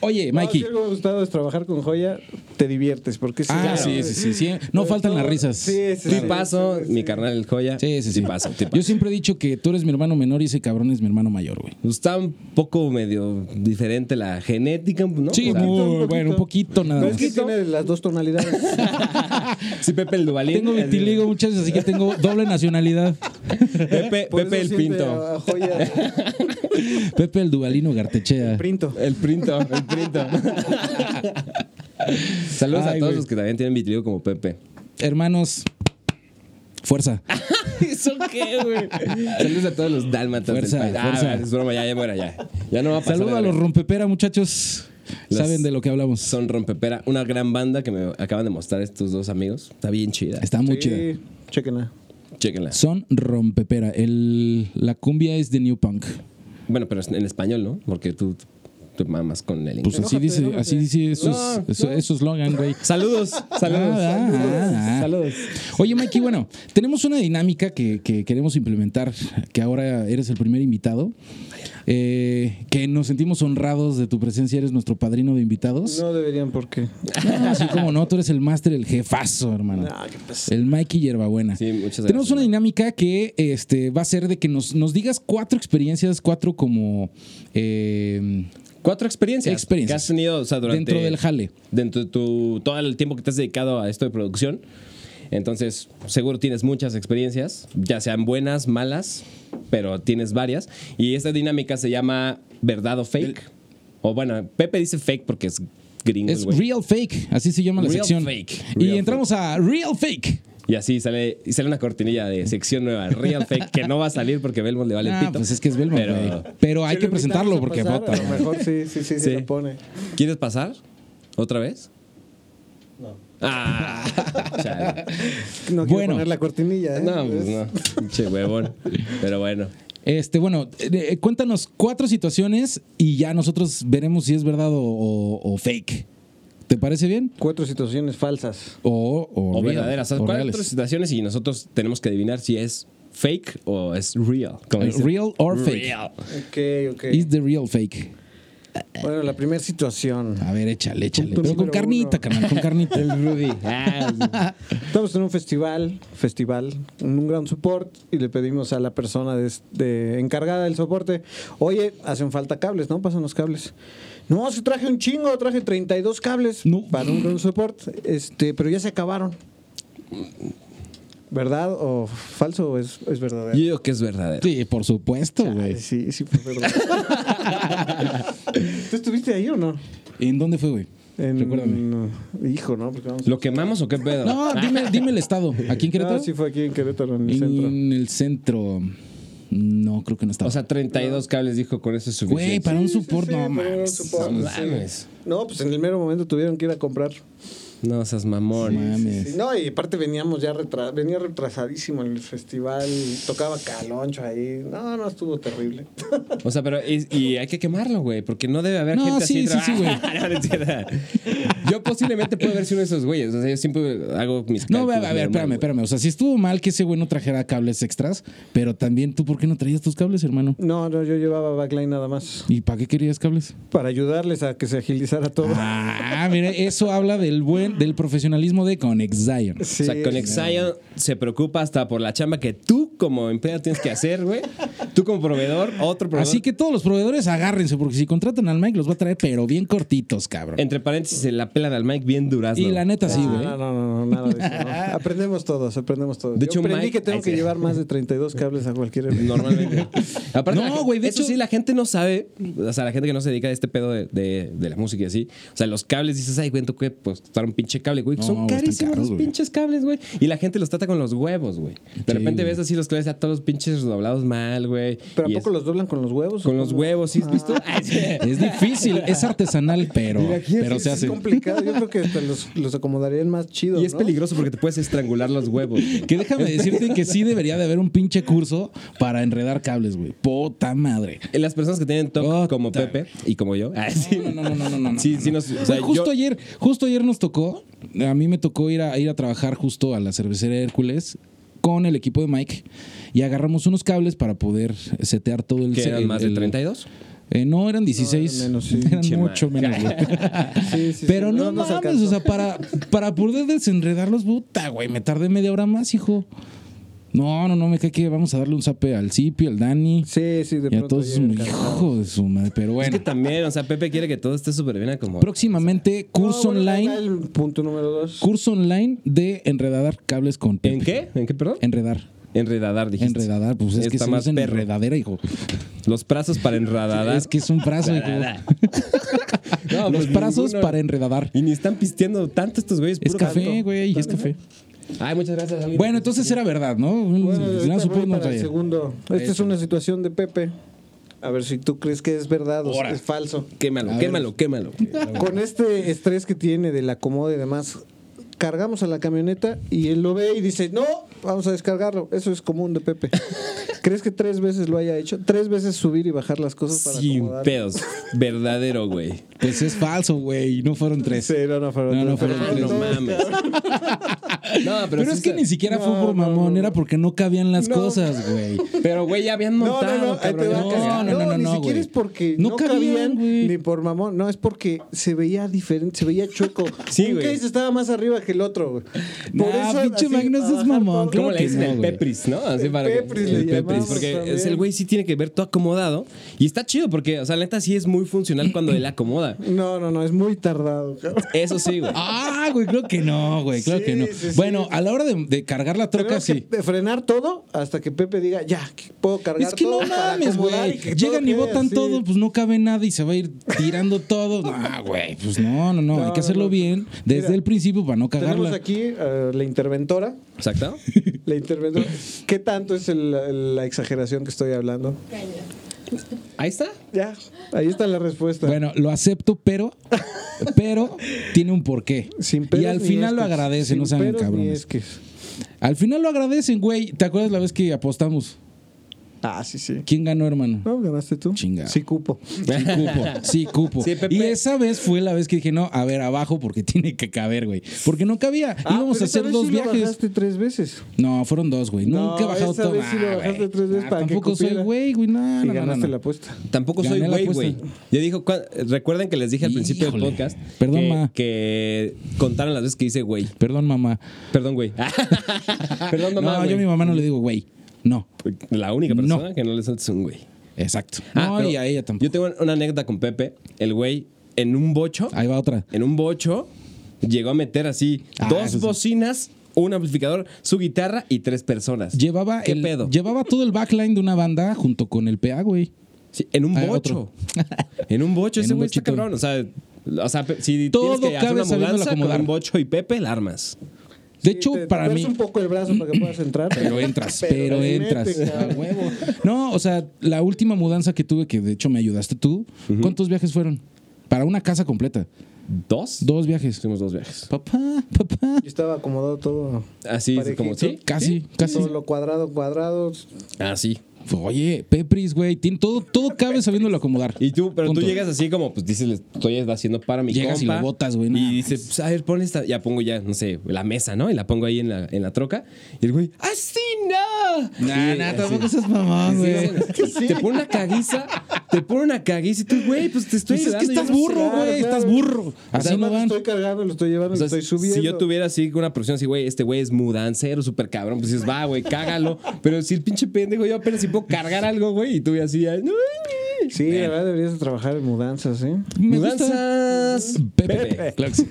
Speaker 3: Oye,
Speaker 1: No, si
Speaker 3: Mikey,
Speaker 1: algo me ha gustado es trabajar con Joya. te diviertes. Porque sí,
Speaker 3: Ah,
Speaker 1: claro.
Speaker 3: sí, sí, sí, sí. No faltan las risas.
Speaker 1: Sí, sí,
Speaker 2: Tú y
Speaker 1: sí.
Speaker 2: paso, mi carnal el joya.
Speaker 3: Sí, sí, sí.
Speaker 2: Tipazo, tipazo.
Speaker 3: Yo siempre he dicho que tú eres mi hermano menor y ese cabrón es mi hermano mayor, güey.
Speaker 2: Está un poco medio diferente la genética, ¿no?
Speaker 3: Sí,
Speaker 2: O sea,
Speaker 3: muy- bueno, un poquito nada
Speaker 1: No,
Speaker 3: más.
Speaker 1: es que tiene las dos tonalidades.
Speaker 2: sí, Pepe el Duvalín.
Speaker 3: Tengo vitiligo, muchachos, así que tengo doble nacionalidad.
Speaker 2: Pepe,
Speaker 1: Por
Speaker 2: Pepe
Speaker 1: eso
Speaker 2: el
Speaker 1: siente
Speaker 2: Pinto.
Speaker 1: a joya.
Speaker 3: Pepe el Dubalino Gartechea.
Speaker 1: Printo.
Speaker 2: El Printo, el Printo. Saludos
Speaker 3: Ay,
Speaker 2: a todos
Speaker 3: güey.
Speaker 2: los que también tienen vitiligo como Pepe.
Speaker 3: Hermanos, fuerza.
Speaker 2: Ah, ¿Eso qué, güey? Saludos a todos los dálmatas
Speaker 3: Fuerza,
Speaker 2: del país.
Speaker 3: fuerza.
Speaker 2: Ah, es broma, ya, ya muera, ya. Ya no va a pasar.
Speaker 3: Saludos a
Speaker 2: güey.
Speaker 3: los rompepera, muchachos.
Speaker 2: Las-
Speaker 3: Saben de lo que hablamos.
Speaker 2: Son Rompepera, una gran banda que me acaban de mostrar estos dos amigos. Está bien chida.
Speaker 3: Está muy
Speaker 1: Sí,
Speaker 3: chida.
Speaker 1: Chequenla.
Speaker 2: Chéquenla.
Speaker 3: Son rompepera. El, la cumbia es de New Punk.
Speaker 2: Bueno, pero es en español, ¿no? Porque tú te mamas con el
Speaker 3: Pues
Speaker 2: inglés.
Speaker 3: así dice, así dice esos,
Speaker 2: No,
Speaker 3: eso-
Speaker 2: no.
Speaker 3: esos slogan, güey.
Speaker 2: Saludos, saludos.
Speaker 3: Pues- Ah, ah, ah.
Speaker 2: saludos.
Speaker 3: Oye, Mikey, bueno, tenemos una dinámica que, que queremos implementar, que ahora eres el primer invitado, eh, que nos sentimos honrados de tu presencia, eres nuestro padrino de invitados.
Speaker 1: No deberían porque.
Speaker 3: No, así como no, tú eres el máster, el jefazo, hermano.
Speaker 1: Ah, qué pasa.
Speaker 3: El Mikey Yerbabuena.
Speaker 2: Sí, muchas gracias.
Speaker 3: Tenemos una dinámica que este, va a ser de que nos, nos digas cuatro experiencias, cuatro como eh,
Speaker 2: Cuatro experiencias,
Speaker 3: Experiencias.
Speaker 2: que has tenido o sea, durante
Speaker 3: dentro del jale.
Speaker 2: dentro de tu, todo el tiempo que te has dedicado a esto de producción. Entonces, seguro tienes muchas experiencias, ya sean buenas, malas, pero tienes varias. Y esta dinámica se llama verdad o fake. O bueno, Pepe dice fake porque es gringo. el
Speaker 3: Es
Speaker 2: güey.
Speaker 3: Real Fake, así se llama la
Speaker 2: Real
Speaker 3: sección.
Speaker 2: Fake.
Speaker 3: y
Speaker 2: Real
Speaker 3: entramos a Real Fake.
Speaker 2: Y así sale, y sale una cortinilla de sección nueva, real fake, que no va a salir porque Belmont le vale
Speaker 3: Ah,
Speaker 2: pito.
Speaker 3: pues es que es Belmont,
Speaker 2: Pero-
Speaker 3: güey. Pero hay
Speaker 1: Si
Speaker 3: que
Speaker 1: lo
Speaker 3: presentarlo
Speaker 1: invitamos a
Speaker 3: porque
Speaker 1: pasar,
Speaker 3: vota.
Speaker 1: A lo mejor sí, sí, sí,
Speaker 2: Sí.
Speaker 1: se lo pone.
Speaker 2: ¿Quieres pasar? ¿Otra vez? No. Ah, chale.
Speaker 1: No quiero
Speaker 3: Bueno.
Speaker 1: poner la cortinilla, ¿eh?
Speaker 2: No, pues no. Che, huevón. Pero bueno.
Speaker 3: Este, bueno, eh, eh, cuéntanos cuatro situaciones y ya nosotros veremos si es verdad o, o- o fake. ¿Te parece bien?
Speaker 1: Cuatro situaciones falsas.
Speaker 3: O, o
Speaker 2: O
Speaker 3: real,
Speaker 2: verdaderas. O
Speaker 3: o
Speaker 2: sea, cuatro
Speaker 3: reales.
Speaker 2: situaciones y nosotros tenemos que adivinar si es fake o es real. como
Speaker 3: Eh,
Speaker 2: dice.
Speaker 3: real or fake.
Speaker 2: Real.
Speaker 1: Ok, ok.
Speaker 3: Is the real fake.
Speaker 1: Bueno, la primera situación.
Speaker 3: A ver, échale, échale.
Speaker 1: Punto
Speaker 3: Pero con
Speaker 1: número
Speaker 3: carnita,
Speaker 1: uno.
Speaker 3: carnal, con carnita.
Speaker 2: El Rudy. Ah,
Speaker 1: Estamos en un festival, festival, en un gran support, y le pedimos a la persona de- de- encargada del soporte, oye, hacen falta cables, ¿no? Pasan los cables. No, se traje un chingo, traje 32 cables
Speaker 3: No.
Speaker 1: para un gran support, este, pero ya se acabaron. ¿Verdad o falso o es, es
Speaker 2: yo
Speaker 1: verdadero?
Speaker 2: digo que es verdadero.
Speaker 3: Sí, por supuesto, güey.
Speaker 1: Sí, sí, fue verdadero. ¿Tú estuviste ahí o no?
Speaker 3: ¿En dónde fue, güey?
Speaker 1: En-
Speaker 3: Recuérdame.
Speaker 1: Hijo, ¿no? Porque vamos-
Speaker 2: ¿Lo quemamos o qué pedo?
Speaker 3: No, dime, dime el estado. ¿Aquí en Querétaro?
Speaker 1: No, sí fue aquí en Querétaro, en el centro.
Speaker 3: en el centro. No, creo que no estaba.
Speaker 2: O sea, 32 cables dijo con eso es suficiente.
Speaker 3: güey, para un support,
Speaker 1: sí,
Speaker 3: no
Speaker 1: para un
Speaker 3: mames.
Speaker 1: support.
Speaker 2: No mames.
Speaker 1: No, pues en el mero momento tuvieron que ir a comprar.
Speaker 2: No seas mamón.
Speaker 3: Mames.
Speaker 1: Sí, no, y aparte veníamos ya retra- venía retrasadísimo en el festival, tocaba caloncho ahí. No, no, estuvo terrible.
Speaker 2: O sea, pero es- y hay que quemarlo, güey, porque no debe haber
Speaker 3: No,
Speaker 2: gente
Speaker 3: sí,
Speaker 2: así. Ah,
Speaker 3: sí, sí, güey.
Speaker 2: No, no es cierto. yo posiblemente puedo haber sido uno de esos güeyes. O sea, yo siempre hago mis
Speaker 3: No, a
Speaker 2: cálculos
Speaker 1: pues,
Speaker 3: ver, a ver,
Speaker 2: normal,
Speaker 3: espérame,
Speaker 2: güey.
Speaker 3: espérame. O sea, si estuvo mal que ese güey no trajera cables extras, pero también tú, ¿por qué no traías tus cables, hermano?
Speaker 1: No, no, yo llevaba backline nada más.
Speaker 3: ¿Y para qué querías cables?
Speaker 1: Para ayudarles a que se agilizara todo.
Speaker 3: Ah, mira, eso habla del buen, del profesionalismo de Conex Zion.
Speaker 1: Sí,
Speaker 2: o sea, con Exile se preocupa hasta por la chamba que tú como empleado tienes que hacer, güey. Tú como proveedor, otro proveedor.
Speaker 3: Así que todos los proveedores agárrense, porque si contratan al Mike los va a traer, pero bien cortitos, cabrón.
Speaker 2: Entre paréntesis, se la pelan al Mike bien durazno.
Speaker 3: Y la neta, sí,
Speaker 1: no,
Speaker 3: güey.
Speaker 1: no, no, no, nada de eso. ¿no? Aprendemos todos, aprendemos todos.
Speaker 2: De
Speaker 1: yo
Speaker 2: hecho,
Speaker 1: aprendí
Speaker 2: Mike-
Speaker 1: que tengo
Speaker 2: Ay,
Speaker 1: que
Speaker 2: sí.
Speaker 1: llevar más de 32 cables a cualquier evento.
Speaker 2: Normalmente. Aparte,
Speaker 3: No,
Speaker 2: la gen-
Speaker 3: güey, de
Speaker 2: eso
Speaker 3: hecho-
Speaker 2: sí, la gente no sabe. O sea, la gente que no se dedica a este pedo de, de- de la música y así. O sea, los cables, dices, ay, cuento que pues costar un pinche cable, güey.
Speaker 3: No,
Speaker 2: Son
Speaker 3: güey, están
Speaker 2: carísimos
Speaker 3: caros,
Speaker 2: los
Speaker 3: güey.
Speaker 2: pinches cables, güey. Y la gente los trata con los huevos, güey. De
Speaker 3: Sí,
Speaker 2: repente
Speaker 3: güey.
Speaker 2: ves así los cables a todos los pinches doblados mal, güey.
Speaker 1: ¿Pero a
Speaker 2: Y
Speaker 1: poco
Speaker 2: es-
Speaker 1: los doblan con los huevos?
Speaker 2: Con los huevos, ¿sí has visto? Ay, sí.
Speaker 3: Es difícil, es artesanal, pero, pero se
Speaker 1: Es
Speaker 3: hace.
Speaker 1: complicado, yo creo que hasta los, los acomodarían más chido.
Speaker 2: Y es
Speaker 1: ¿no?
Speaker 2: peligroso porque te puedes estrangular los huevos. güey.
Speaker 3: Que déjame
Speaker 2: Este-
Speaker 3: decirte que sí debería de haber un pinche curso para enredar cables, güey. Puta madre.
Speaker 2: Las personas que tienen TOC
Speaker 3: Puta.
Speaker 2: como Pepe y como yo. ay, sí.
Speaker 3: No, no, no, no, no, no, no.
Speaker 2: Sí, sí nos- o sea,
Speaker 3: Güey, justo
Speaker 2: yo-
Speaker 3: ayer, justo ayer nos tocó, a mí me tocó ir a ir a trabajar justo a la cervecería Hércules con el equipo de Mike y agarramos unos cables para poder setear todo el
Speaker 2: que
Speaker 3: set-
Speaker 2: eran más de
Speaker 3: el-
Speaker 2: 32.
Speaker 3: Eh, no, eran 16.
Speaker 1: eran menos, sí.
Speaker 3: Eran
Speaker 2: Che,
Speaker 3: mucho
Speaker 2: man.
Speaker 3: menos, güey.
Speaker 1: Sí, sí, sí.
Speaker 3: Pero no,
Speaker 1: nos
Speaker 3: mames,
Speaker 1: alcanzó.
Speaker 3: o sea, para, para poder desenredarlos, puta, güey, me tardé media hora más, hijo. No, no, no, me cae que vamos a darle un zape al Zipi, al Dani.
Speaker 1: Sí, sí, de
Speaker 3: y
Speaker 1: pronto.
Speaker 3: a todos
Speaker 1: llegan
Speaker 3: esos-
Speaker 1: cansados.
Speaker 3: hijo de su madre. Pero
Speaker 2: Es
Speaker 3: bueno,
Speaker 2: que también, o sea, Pepe quiere que todo esté súper bien acomodado.
Speaker 3: próximamente curso
Speaker 1: No, bueno, ahí va
Speaker 3: online.
Speaker 1: El punto número dos.
Speaker 3: Curso online de enredar cables con Pepe.
Speaker 2: ¿En qué? ¿En qué, perdón?
Speaker 3: Enredar.
Speaker 2: Enredadar, dijiste.
Speaker 3: Enredadar, pues es que
Speaker 2: Está
Speaker 3: se
Speaker 2: más
Speaker 3: más en
Speaker 2: perro.
Speaker 3: enredadera, hijo.
Speaker 2: Los brazos para enredadar.
Speaker 3: Es que es un brazo, hijo.
Speaker 2: No,
Speaker 3: Los
Speaker 2: pues,
Speaker 3: brazos
Speaker 2: ninguno.
Speaker 3: para enredadar.
Speaker 2: Y ni están pisteando tanto estos güeyes.
Speaker 3: Es
Speaker 2: puro
Speaker 3: café,
Speaker 2: calco.
Speaker 3: güey, es café.
Speaker 2: Ay, muchas gracias. amigo.
Speaker 3: Bueno, entonces era verdad, ¿no?
Speaker 1: Bueno,
Speaker 3: Nada,
Speaker 1: ahorita
Speaker 3: supongo
Speaker 1: voy
Speaker 3: que no
Speaker 1: para el
Speaker 3: traía.
Speaker 1: segundo. Esta es una situación de Pepe. A ver si tú crees que es verdad o
Speaker 2: Ahora.
Speaker 1: es falso.
Speaker 2: Quémalo, quémalo, quémalo.
Speaker 1: Con este estrés que tiene del acomodo y demás, cargamos a la camioneta y él lo ve y dice, no, vamos a descargarlo. Eso es común de Pepe. ¿Crees que tres veces lo haya hecho? Tres veces subir y bajar las cosas para
Speaker 2: Sin
Speaker 1: acomodar.
Speaker 2: pedos. Verdadero, güey.
Speaker 3: Pues es falso, güey. No fueron tres.
Speaker 1: Sí, no, no, fueron
Speaker 3: No, no
Speaker 1: tres.
Speaker 3: fueron
Speaker 1: Pero
Speaker 2: Ah, no
Speaker 3: tres.
Speaker 2: mames. No, pero,
Speaker 3: Pero,
Speaker 2: sí
Speaker 3: es que
Speaker 2: se-
Speaker 3: ni siquiera fue
Speaker 1: No,
Speaker 3: por
Speaker 1: no,
Speaker 3: mamón,
Speaker 1: no.
Speaker 3: era porque no cabían las
Speaker 1: No.
Speaker 3: cosas, güey.
Speaker 2: Pero, güey, ya habían
Speaker 1: No,
Speaker 2: montado,
Speaker 1: no, no, ahí te
Speaker 2: cabrón.
Speaker 1: va a
Speaker 3: No,
Speaker 1: cagar.
Speaker 3: no,
Speaker 1: No,
Speaker 3: no,
Speaker 1: ni
Speaker 3: no,
Speaker 1: siquiera
Speaker 3: güey.
Speaker 1: es porque
Speaker 3: No
Speaker 1: no,
Speaker 3: cabían,
Speaker 1: cabían,
Speaker 3: güey.
Speaker 1: ni por mamón, no, es porque se veía diferente, se veía chueco.
Speaker 2: Sí,
Speaker 1: Un
Speaker 2: güey.
Speaker 1: case estaba más arriba que el otro, güey.
Speaker 3: Nah, pinche Magnus es
Speaker 1: bajar
Speaker 3: mamón,
Speaker 1: todo-
Speaker 3: claro
Speaker 2: ¿Cómo le
Speaker 3: que
Speaker 2: dicen
Speaker 3: no,
Speaker 2: el
Speaker 3: güey.
Speaker 2: Pepris, no? Así
Speaker 1: El
Speaker 2: para que-
Speaker 1: Pepris le
Speaker 2: el Pepris,
Speaker 1: llamamos
Speaker 2: porque
Speaker 1: también.
Speaker 2: es el güey sí tiene que ver todo acomodado y está chido porque, o sea, la neta sí es muy funcional cuando él acomoda.
Speaker 1: No, no, no, es muy tardado, cabrón.
Speaker 2: Eso sí, güey.
Speaker 3: Ah, güey, creo que no, güey, claro
Speaker 1: Sí,
Speaker 3: que no.
Speaker 1: sí, sí.
Speaker 3: bueno, a la hora de, de cargar la troca,
Speaker 1: Tenemos
Speaker 3: sí.
Speaker 1: que frenar todo hasta que Pepe diga, ya, que puedo cargar
Speaker 3: Es que no
Speaker 1: todo para
Speaker 3: mames,
Speaker 1: acomodar
Speaker 3: güey.
Speaker 1: y que
Speaker 3: Llegan
Speaker 1: todo
Speaker 3: y
Speaker 1: quede
Speaker 3: botan
Speaker 1: así".
Speaker 3: todo, pues no cabe nada y se va a ir tirando todo. No, güey, pues no, no, no.
Speaker 1: No,
Speaker 3: Hay que hacerlo
Speaker 1: no.
Speaker 3: bien desde
Speaker 1: Mira,
Speaker 3: el principio para no
Speaker 1: Tenemos
Speaker 3: cagarla.
Speaker 1: aquí a la interventora.
Speaker 2: Exacto.
Speaker 1: La interventora. ¿Qué tanto es el- el- la exageración que estoy hablando?
Speaker 2: Ahí está.
Speaker 1: Ya, ahí está la respuesta.
Speaker 3: Bueno, lo acepto, pero, pero tiene un porqué.
Speaker 1: Sin
Speaker 3: y
Speaker 1: peros
Speaker 3: al
Speaker 1: ni
Speaker 3: final lo
Speaker 1: esques.
Speaker 3: agradecen,
Speaker 1: Sin
Speaker 3: no saben
Speaker 1: peros ni
Speaker 3: cabrones.
Speaker 1: esques.
Speaker 3: Al final lo agradecen, güey. ¿Te acuerdas la vez que apostamos?
Speaker 1: Ah, sí, sí.
Speaker 3: ¿Quién ganó, hermano?
Speaker 1: No, ganaste tú.
Speaker 3: Chinga.
Speaker 1: Sí, cupo.
Speaker 3: Sí cupo, sí cupo.
Speaker 2: Sí, Pepe.
Speaker 3: y esa vez fue la vez que dije, no, a ver, abajo porque tiene que caber, güey. Porque no cabía.
Speaker 1: Ah,
Speaker 3: Íbamos a hacer dos
Speaker 1: Lo
Speaker 3: viajes.
Speaker 1: bajaste tres veces.
Speaker 3: No, fueron dos, güey.
Speaker 1: No,
Speaker 3: Nunca he bajado
Speaker 1: esa
Speaker 3: todo.
Speaker 1: vez sí lo
Speaker 3: Ah,
Speaker 1: bajaste
Speaker 3: güey.
Speaker 1: tres veces
Speaker 3: Ah,
Speaker 1: para que
Speaker 3: Tampoco soy
Speaker 1: cupiera.
Speaker 3: güey, güey. Ah, No,
Speaker 1: y
Speaker 3: no, no,
Speaker 1: ganaste
Speaker 3: no.
Speaker 1: la apuesta.
Speaker 2: Tampoco soy
Speaker 3: Gané la
Speaker 2: güey, güey.
Speaker 3: apuesta.
Speaker 2: Yo dijo, cua- recuerden que les dije al principio del
Speaker 3: Híjole.
Speaker 2: podcast
Speaker 3: Perdón,
Speaker 2: que,
Speaker 3: ma.
Speaker 2: que contaron las veces que dice güey.
Speaker 3: Perdón, mamá.
Speaker 2: Perdón, güey. Perdón, mamá.
Speaker 3: no,
Speaker 2: güey.
Speaker 3: yo a mi mamá no le digo, güey. No.
Speaker 2: La única persona
Speaker 3: No.
Speaker 2: que no le saltes un güey.
Speaker 3: Exacto.
Speaker 2: Ah,
Speaker 3: no,
Speaker 2: pero
Speaker 3: y a ella tampoco.
Speaker 2: Yo tengo una anécdota con Pepe. El güey en un bocho.
Speaker 3: Ahí va otra.
Speaker 2: en un bocho, llegó a meter así
Speaker 3: Ah,
Speaker 2: dos
Speaker 3: eso sí.
Speaker 2: bocinas, un amplificador, su guitarra y tres personas.
Speaker 3: Llevaba,
Speaker 2: ¿Qué
Speaker 3: el,
Speaker 2: pedo?
Speaker 3: llevaba todo el backline de una banda junto con el PA, güey.
Speaker 2: Sí, en un
Speaker 3: Ah,
Speaker 2: bocho.
Speaker 3: otro.
Speaker 2: en un bocho,
Speaker 3: En
Speaker 2: ese
Speaker 3: un
Speaker 2: güey está
Speaker 3: bochito.
Speaker 2: cabrón. O sea, o sea, pe- si
Speaker 3: Todo
Speaker 2: tienes que hacer
Speaker 3: cabe
Speaker 2: una
Speaker 3: sabiéndolo
Speaker 2: mudanza con
Speaker 3: acomodar.
Speaker 2: un bocho y Pepe, la armas.
Speaker 3: De
Speaker 1: Sí,
Speaker 3: hecho,
Speaker 1: te- te
Speaker 3: para
Speaker 1: tuerce
Speaker 3: mí.
Speaker 1: un poco el brazo para que puedas entrar.
Speaker 3: Pero entras, pero,
Speaker 1: le
Speaker 3: entras.
Speaker 1: metes, cabrón.
Speaker 3: A huevo. No, o sea, la última mudanza que tuve, que de hecho me ayudaste tú, ¿cuántos viajes fueron? Para una casa completa.
Speaker 2: ¿Dos?
Speaker 3: Dos viajes.
Speaker 2: Hicimos dos viajes.
Speaker 3: Papá, papá.
Speaker 1: Yo estaba acomodado todo.
Speaker 2: Así
Speaker 1: Parejito.
Speaker 2: como, ¿sí? Ah,
Speaker 3: Casi, casi.
Speaker 1: Todo lo cuadrado, cuadrado.
Speaker 2: Así.
Speaker 3: Oye, Pepris, güey, tiene todo, todo cabe sabiéndolo acomodar.
Speaker 2: Y tú, pero
Speaker 3: Punto.
Speaker 2: tú llegas así como, pues dices, le estoy haciendo para mi
Speaker 3: Llegas y
Speaker 2: compa.
Speaker 3: lo botas, güey, nada
Speaker 2: Y dices, pues, a ver, pon esta. Ya pongo ya, no sé, la mesa, ¿no? Y la pongo ahí en la, en la troca. Y el güey, ¡así no!
Speaker 3: Nah,
Speaker 2: Y-
Speaker 3: nah,
Speaker 2: así.
Speaker 3: tampoco seas mamón, güey. Pues
Speaker 2: Te pone una caguiza, te pone una caguiza y tú, güey, pues te estoy
Speaker 3: Pues es que
Speaker 2: ayudando.
Speaker 3: estás
Speaker 2: Yo no sé.
Speaker 3: burro, güey, estás burro. Así no
Speaker 1: Además,
Speaker 3: van.
Speaker 1: Lo estoy cargando, lo estoy llevando,
Speaker 2: O sea,
Speaker 1: lo estoy subiendo.
Speaker 2: si yo tuviera así una profesión así, güey, este güey es mudancero, súper cabrón, pues dices, va, güey, cágalo. Pero si el pinche pendejo, yo apenas si puedo cargar algo, güey, y tú así, ay, no, güey.
Speaker 1: Sí, la verdad deberías de trabajar en mudanzas, ¿eh?
Speaker 3: Me gusta.
Speaker 2: Mudanzas.
Speaker 3: Pepe.
Speaker 2: Pepe.
Speaker 3: Claro que sí.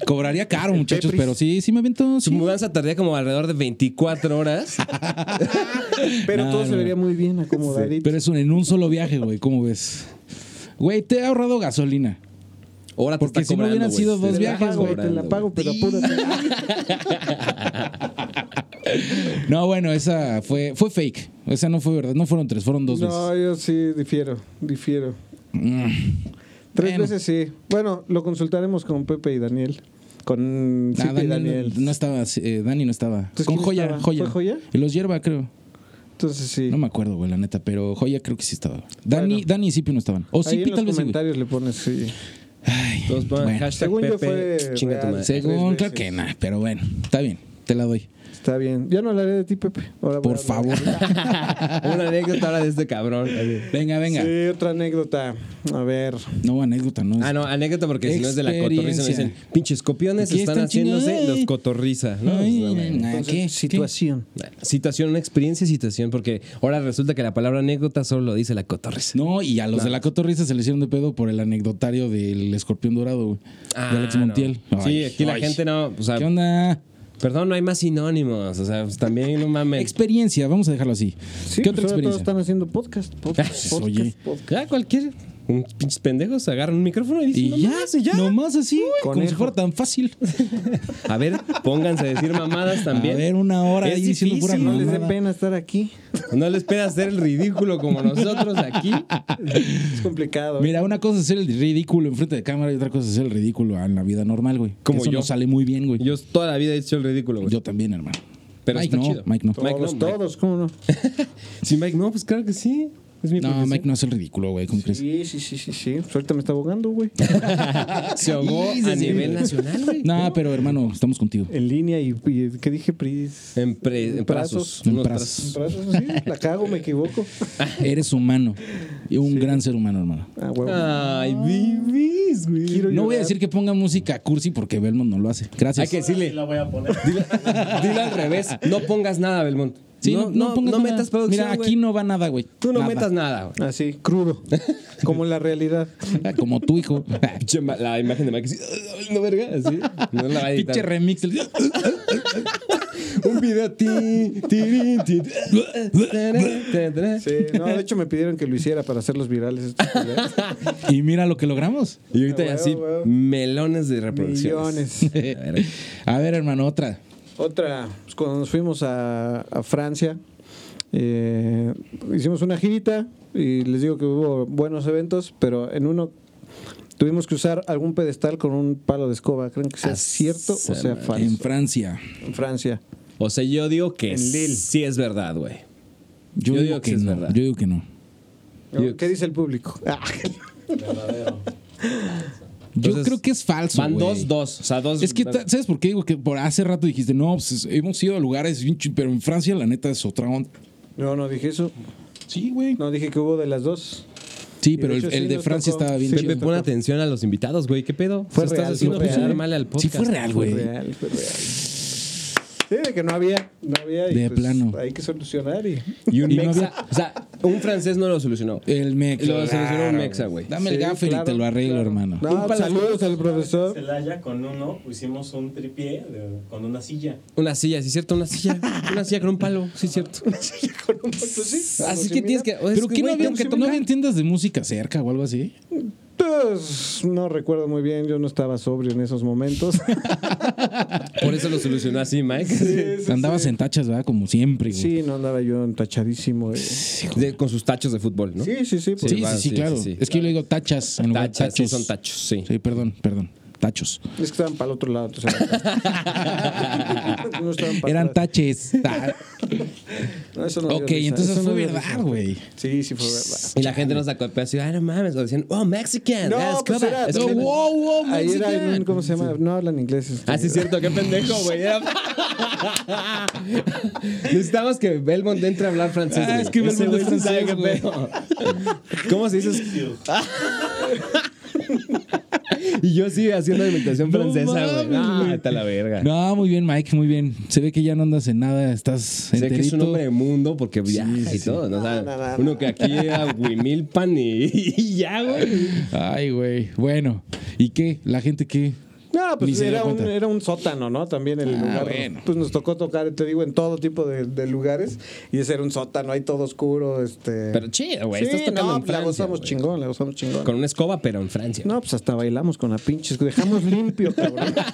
Speaker 3: Cobraría caro, muchachos, pero sí, sí me aventó.
Speaker 2: Su
Speaker 3: Sí.
Speaker 2: mudanza tardaría como alrededor de 24 horas.
Speaker 1: Pero
Speaker 3: No,
Speaker 1: todo
Speaker 3: no,
Speaker 1: se
Speaker 3: no.
Speaker 1: vería muy bien acomodadito.
Speaker 3: Pero es un, en un solo viaje, güey, ¿cómo ves? Güey, te he ahorrado gasolina.
Speaker 2: Ahora te
Speaker 3: Porque
Speaker 2: está
Speaker 3: si no
Speaker 2: cobrando,
Speaker 3: hubieran
Speaker 2: güey.
Speaker 3: sido
Speaker 2: Te
Speaker 3: dos
Speaker 1: te
Speaker 2: está
Speaker 1: la
Speaker 3: viajes,
Speaker 1: pago,
Speaker 3: güey.
Speaker 1: te la
Speaker 2: cobrando,
Speaker 1: pago, pero apúrate.
Speaker 3: No, bueno, esa fue, fue fake. Esa no fue verdad. No fueron tres, fueron dos
Speaker 1: No,
Speaker 3: veces. Mm.
Speaker 1: yo sí difiero, difiero. Tres
Speaker 3: Bueno.
Speaker 1: veces sí. Bueno, lo consultaremos con Pepe y Daniel. Con
Speaker 3: Ah,
Speaker 1: Zipi y
Speaker 3: Dani,
Speaker 1: Daniel.
Speaker 3: No, no estaba, eh, Dani no estaba.
Speaker 1: Entonces,
Speaker 3: Con
Speaker 1: ¿quién
Speaker 3: joya,
Speaker 1: estaba?
Speaker 3: joya.
Speaker 1: ¿Fue Joya?
Speaker 3: Y los hierba, creo.
Speaker 1: Entonces sí.
Speaker 3: No me acuerdo, güey, la neta, pero joya creo que sí estaba. Dani,
Speaker 1: Bueno.
Speaker 3: Dani y Cipi no estaban. O
Speaker 1: Ahí
Speaker 3: Cipi
Speaker 1: en los
Speaker 3: tal vez sí, güey.
Speaker 1: comentarios le pones sí.
Speaker 3: Ay,
Speaker 2: Todos pongan
Speaker 3: bueno.
Speaker 2: hashtag
Speaker 1: Según yo
Speaker 2: Pepe,
Speaker 1: fue
Speaker 2: chinga tu
Speaker 1: real.
Speaker 2: madre.
Speaker 1: tres
Speaker 3: Según,
Speaker 1: veces.
Speaker 3: claro que nada, pero bueno, está bien. Te la doy.
Speaker 1: Está bien. Ya no hablaré de ti, Pepe. Ahora voy
Speaker 3: Por
Speaker 1: a hablar.
Speaker 3: favor.
Speaker 2: Una anécdota ahora de este cabrón.
Speaker 3: Venga, venga.
Speaker 1: Sí, otra anécdota. A ver.
Speaker 3: No, anécdota, no. es-
Speaker 2: Ah, no, anécdota porque si no es de la cotorriza, no dicen,
Speaker 3: Experiencia.
Speaker 2: pinches copiones
Speaker 3: Aquí
Speaker 2: están
Speaker 3: están
Speaker 2: haciéndose
Speaker 3: chingando.
Speaker 2: los cotorriza. ¿no? Pues,
Speaker 3: Ay,
Speaker 2: no,
Speaker 3: ay,
Speaker 2: bueno.
Speaker 3: ay.
Speaker 1: Entonces,
Speaker 3: ¿qué? ¿Qué?
Speaker 1: Situación.
Speaker 2: Bueno, Situación, una experiencia, situación, porque ahora resulta que la palabra anécdota solo lo dice la cotorriza.
Speaker 3: No, y a los de la cotorrisa se les hicieron de pedo por el anecdotario del escorpión dorado, güey.
Speaker 2: Ah,
Speaker 3: de Alex
Speaker 2: no.
Speaker 3: Montiel.
Speaker 2: Sí,
Speaker 3: Ay,
Speaker 2: aquí la
Speaker 3: ay.
Speaker 2: gente no. O sea,
Speaker 3: ¿Qué onda?
Speaker 2: perdón, no hay más sinónimos. O sea, pues, también no mames.
Speaker 3: Experiencia, vamos a dejarlo así.
Speaker 1: Sí,
Speaker 3: ¿Qué otra
Speaker 1: pues ahora todos
Speaker 3: experiencia?
Speaker 1: están haciendo podcast. Podcast,
Speaker 3: Pues, oye.
Speaker 1: podcast, podcast.
Speaker 2: Ya, cualquier. Unos pinches pendejos agarran un micrófono y dicen.
Speaker 3: Y
Speaker 2: "No
Speaker 3: ya,
Speaker 2: mames,
Speaker 3: nomás así, como si
Speaker 1: conejo.
Speaker 3: fuera tan fácil.
Speaker 2: A ver, pónganse a decir mamadas también.
Speaker 3: A ver, una hora
Speaker 2: Es
Speaker 3: ahí diciendo
Speaker 2: difícil,
Speaker 3: pura
Speaker 1: No les dé
Speaker 3: mamada.
Speaker 1: pena estar aquí.
Speaker 2: No les pena hacer el ridículo como nosotros aquí.
Speaker 1: Es
Speaker 2: ¿eh?
Speaker 1: complicado. ¿eh?
Speaker 3: Mira, una cosa es hacer el ridículo enfrente de cámara y otra cosa es hacer el ridículo en la vida normal, güey. Que
Speaker 2: Como
Speaker 3: Eso
Speaker 2: yo.
Speaker 3: no sale muy bien, güey. Yo,
Speaker 2: Yo toda la vida he hecho el ridículo, güey.
Speaker 3: también, hermano.
Speaker 2: Pero está
Speaker 3: Mike no,
Speaker 2: chido.
Speaker 3: Mike no.
Speaker 1: todos,
Speaker 2: Mike, no, Mike.
Speaker 1: todos, ¿cómo no?
Speaker 2: Sí, Mike, no, pues claro que sí. Es mi
Speaker 3: No,
Speaker 2: profesión.
Speaker 3: Mike no hace el ridículo, güey. ¿Cómo crees?
Speaker 1: Sí, sí, sí, sí, sí. Suelta me está abogando, güey.
Speaker 2: Se ahogó
Speaker 3: Sí, sí,
Speaker 2: a
Speaker 3: sí.
Speaker 2: nivel nacional, güey.
Speaker 3: No, pero hermano, estamos contigo.
Speaker 1: En línea y, y- ¿qué dije? Pris.
Speaker 2: En, pre- en brazos.
Speaker 3: En
Speaker 2: unos
Speaker 3: brazos.
Speaker 1: Brazos así, La cago, me equivoco.
Speaker 3: Eres humano. Y un gran ser humano, hermano.
Speaker 1: Ah, huevo.
Speaker 2: Ay, bibis, güey.
Speaker 1: Quiero
Speaker 3: No voy a
Speaker 1: llorar.
Speaker 3: decir que ponga música cursi porque Belmont no lo hace. Gracias.
Speaker 2: Hay que decirle.
Speaker 4: La voy a poner.
Speaker 2: Dile, dile al revés. No pongas nada, Belmont.
Speaker 3: Sí, no, no pongas nada.
Speaker 2: metas producción.
Speaker 3: Mira, aquí
Speaker 2: güey.
Speaker 3: no va nada, güey.
Speaker 2: Tú no
Speaker 3: Nada.
Speaker 2: metas nada, güey.
Speaker 1: Así, Ah, crudo. Como la realidad.
Speaker 3: Ah, Como tu hijo.
Speaker 2: Pinche ma- La imagen de Mike así, no verga, así. No la va a
Speaker 3: Pinche
Speaker 2: editar.
Speaker 3: remix.
Speaker 2: Un video ti, tirín, ti,
Speaker 1: Sí, no, de hecho me pidieron que lo hiciera para hacerlos virales. estos videos.
Speaker 3: y mira lo que logramos.
Speaker 2: Y ahorita ya
Speaker 1: Ah, Huevo,
Speaker 2: así,
Speaker 1: huevo.
Speaker 2: melones de reproducciones.
Speaker 1: Millones.
Speaker 3: A ver, hermano, otra.
Speaker 1: Otra, pues, cuando nos fuimos a, a Francia, eh, hicimos una girita y les digo que hubo buenos eventos, pero en uno tuvimos que usar algún pedestal con un palo de escoba. ¿Creen que sea
Speaker 2: Ah,
Speaker 1: cierto o
Speaker 2: se
Speaker 1: sea
Speaker 2: ma-
Speaker 1: falso?
Speaker 3: En Francia.
Speaker 1: En Francia.
Speaker 2: O sea, yo digo que
Speaker 1: En Lille.
Speaker 2: sí es verdad, güey.
Speaker 3: Yo, digo, que,
Speaker 2: sí es
Speaker 3: no.
Speaker 2: verdad.
Speaker 3: Yo digo que no.
Speaker 2: Yo-
Speaker 1: ¿Qué dice el público? Ah,
Speaker 4: Verdadero.
Speaker 3: Yo
Speaker 2: Entonces,
Speaker 3: creo que es falso.
Speaker 2: Van
Speaker 3: güey.
Speaker 2: dos, dos. O sea, dos.
Speaker 3: Es que, ta- ¿sabes por qué digo que por hace rato dijiste, no, pues, es- hemos ido a lugares, bien chi- pero en Francia la neta es otra onda.
Speaker 1: no, no dije eso.
Speaker 3: Sí, güey.
Speaker 1: No dije que hubo de las dos.
Speaker 3: Sí, pero
Speaker 1: de
Speaker 3: el,
Speaker 1: hecho,
Speaker 3: el
Speaker 1: sí
Speaker 3: de
Speaker 1: nos
Speaker 3: Francia
Speaker 1: tocó.
Speaker 3: estaba bien
Speaker 1: Sí,
Speaker 3: chido.
Speaker 2: Pepe, pon atención a los invitados, güey. ¿Qué pedo?
Speaker 1: Fue
Speaker 2: O sea,
Speaker 1: real,
Speaker 2: estás haciendo
Speaker 1: fue real.
Speaker 2: presionar mal al podcast.
Speaker 3: Sí fue real,
Speaker 1: Fue
Speaker 3: güey.
Speaker 1: real, fue real. Sí, de que no había, no había. y
Speaker 3: De
Speaker 1: pues,
Speaker 3: plano.
Speaker 1: Hay que solucionar y...
Speaker 2: Y un
Speaker 3: Y no
Speaker 2: mexa. O sea, un francés no lo solucionó.
Speaker 3: El mexa.
Speaker 2: Lo solucionó un
Speaker 3: Claro,
Speaker 2: mexa, güey.
Speaker 3: Dame el
Speaker 1: Sí,
Speaker 3: gaffer
Speaker 1: claro,
Speaker 3: y te lo arreglo,
Speaker 1: claro.
Speaker 3: hermano.
Speaker 1: No, pues, saludos al profesor.
Speaker 4: Celaya con uno hicimos un tripié de- con una silla.
Speaker 2: Una silla, sí, cierto, una silla. Una silla con un palo, sí, cierto.
Speaker 1: Pues
Speaker 2: Así que tienes que. o sea,
Speaker 3: Pero
Speaker 2: es
Speaker 3: que no
Speaker 2: güey,
Speaker 3: había,
Speaker 2: tengo que
Speaker 3: no
Speaker 2: tocar.
Speaker 3: había tiendas de música cerca o algo así.
Speaker 1: Pues, no recuerdo muy bien, yo no estaba sobrio en esos momentos.
Speaker 2: Por eso lo solucionó así, Mike.
Speaker 3: Andabas en tachas, ¿verdad? Como siempre, güey.
Speaker 1: Sí, no andaba yo entachadísimo. eh.
Speaker 2: De- con sus tachos de fútbol, ¿no?
Speaker 1: Sí, sí, sí. pues,
Speaker 3: Sí, sí,
Speaker 2: va,
Speaker 3: sí,
Speaker 2: sí,
Speaker 3: claro.
Speaker 2: sí, sí.
Speaker 3: Es que yo le digo tachas en lugar de
Speaker 2: Tachas, sí,
Speaker 3: tachos.
Speaker 2: son tachos, sí.
Speaker 3: Sí, perdón, perdón. Tachos.
Speaker 1: Es que estaban para el otro lado. entonces, no estaban para
Speaker 3: Eran
Speaker 1: atrás.
Speaker 3: taches. Ta-
Speaker 1: No, eso no dio
Speaker 3: ok,
Speaker 1: risa,
Speaker 3: entonces
Speaker 1: eso
Speaker 3: fue
Speaker 1: no dio
Speaker 3: verdad,
Speaker 1: risa.
Speaker 3: güey.
Speaker 1: Sí, sí fue verdad.
Speaker 2: Y la gente nos sacó de pedo así, ay, no mames. O decían, oh, Mexican.
Speaker 1: No,
Speaker 2: that's
Speaker 1: pues
Speaker 2: Cuba,
Speaker 1: era-
Speaker 2: that's
Speaker 1: no,
Speaker 2: Cuba".
Speaker 1: wow.
Speaker 3: wow,
Speaker 1: Ahí era en
Speaker 3: Mexican.
Speaker 1: un, ¿cómo se llama? No hablan inglés. este.
Speaker 2: Ah, sí, es cierto, qué pendejo, güey. Era- Necesitamos que Belmont entre a hablar francés.
Speaker 3: Ah,
Speaker 2: güey.
Speaker 3: es que
Speaker 2: Ese
Speaker 3: Belmont
Speaker 2: güey
Speaker 3: es
Speaker 2: sí sabe qué
Speaker 3: francés,
Speaker 2: pedo. ¿Cómo se dice? Y yo sí haciendo imitación
Speaker 3: No
Speaker 2: francesa, güey.
Speaker 3: mames,
Speaker 2: Ah,
Speaker 3: güey.
Speaker 2: está la verga.
Speaker 3: No, muy bien, Mike, muy bien. Se ve que ya no andas en nada, estás
Speaker 2: Sé que es un
Speaker 3: enterito.
Speaker 2: hombre de mundo porque viaja y todo. ¿no? O sea,
Speaker 1: no, no, no.
Speaker 2: uno que aquí era Huimilpan y, y ya, güey.
Speaker 3: Ay, güey. Bueno, ¿y qué? ¿La gente qué?
Speaker 1: No,
Speaker 3: Ni
Speaker 1: pues
Speaker 3: se dio
Speaker 1: era un,
Speaker 3: cuenta.
Speaker 1: era un sótano, ¿no? También el
Speaker 3: Ah,
Speaker 1: lugar.
Speaker 3: bueno.
Speaker 1: Pues nos tocó tocar, te digo, en todo tipo de, de lugares. Y ese era un sótano, ahí todo oscuro, este.
Speaker 2: Pero chido, güey.
Speaker 1: Sí,
Speaker 2: Estás tocando
Speaker 1: no,
Speaker 2: en
Speaker 1: la
Speaker 2: Francia,
Speaker 1: gozamos
Speaker 2: güey.
Speaker 1: chingón, la gozamos chingón.
Speaker 2: Con una escoba, pero en Francia.
Speaker 1: No, pues hasta bailamos con la pinches, dejamos limpio, cabrón.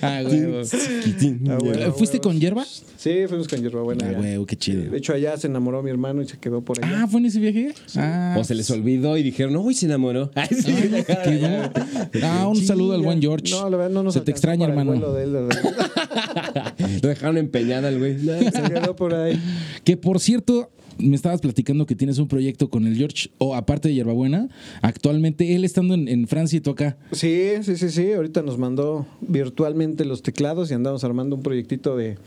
Speaker 3: Ah, güey.
Speaker 1: Ah, güey, ah,
Speaker 3: Eh, ¿Fuiste
Speaker 1: güey.
Speaker 3: con hierba?
Speaker 1: Sí, fuimos con Yerba Buena.
Speaker 3: Ah,
Speaker 1: allá.
Speaker 3: güey, qué chido.
Speaker 1: De hecho, allá se enamoró mi hermano y se quedó por allá.
Speaker 3: Ah, ¿fue en ese viaje? Ah,
Speaker 2: O se les olvidó y dijeron, uy, se enamoró. Ay, sí.
Speaker 3: Ay, no, te quedó. Ah, un saludo al buen George.
Speaker 1: No, la verdad no nos
Speaker 3: Se te
Speaker 1: alcanzó
Speaker 3: extraña,
Speaker 1: para el vuelo
Speaker 3: hermano.
Speaker 1: de él, la verdad.
Speaker 2: Lo dejaron empeñada al güey. No,
Speaker 1: Se quedó por ahí.
Speaker 3: Que por cierto, me estabas platicando que tienes un proyecto con el George, o aparte de Yerbabuena, actualmente él estando en, en Francia y tú acá.
Speaker 1: Sí, sí, sí, sí. Ahorita nos mandó virtualmente los teclados y andamos armando un proyectito de,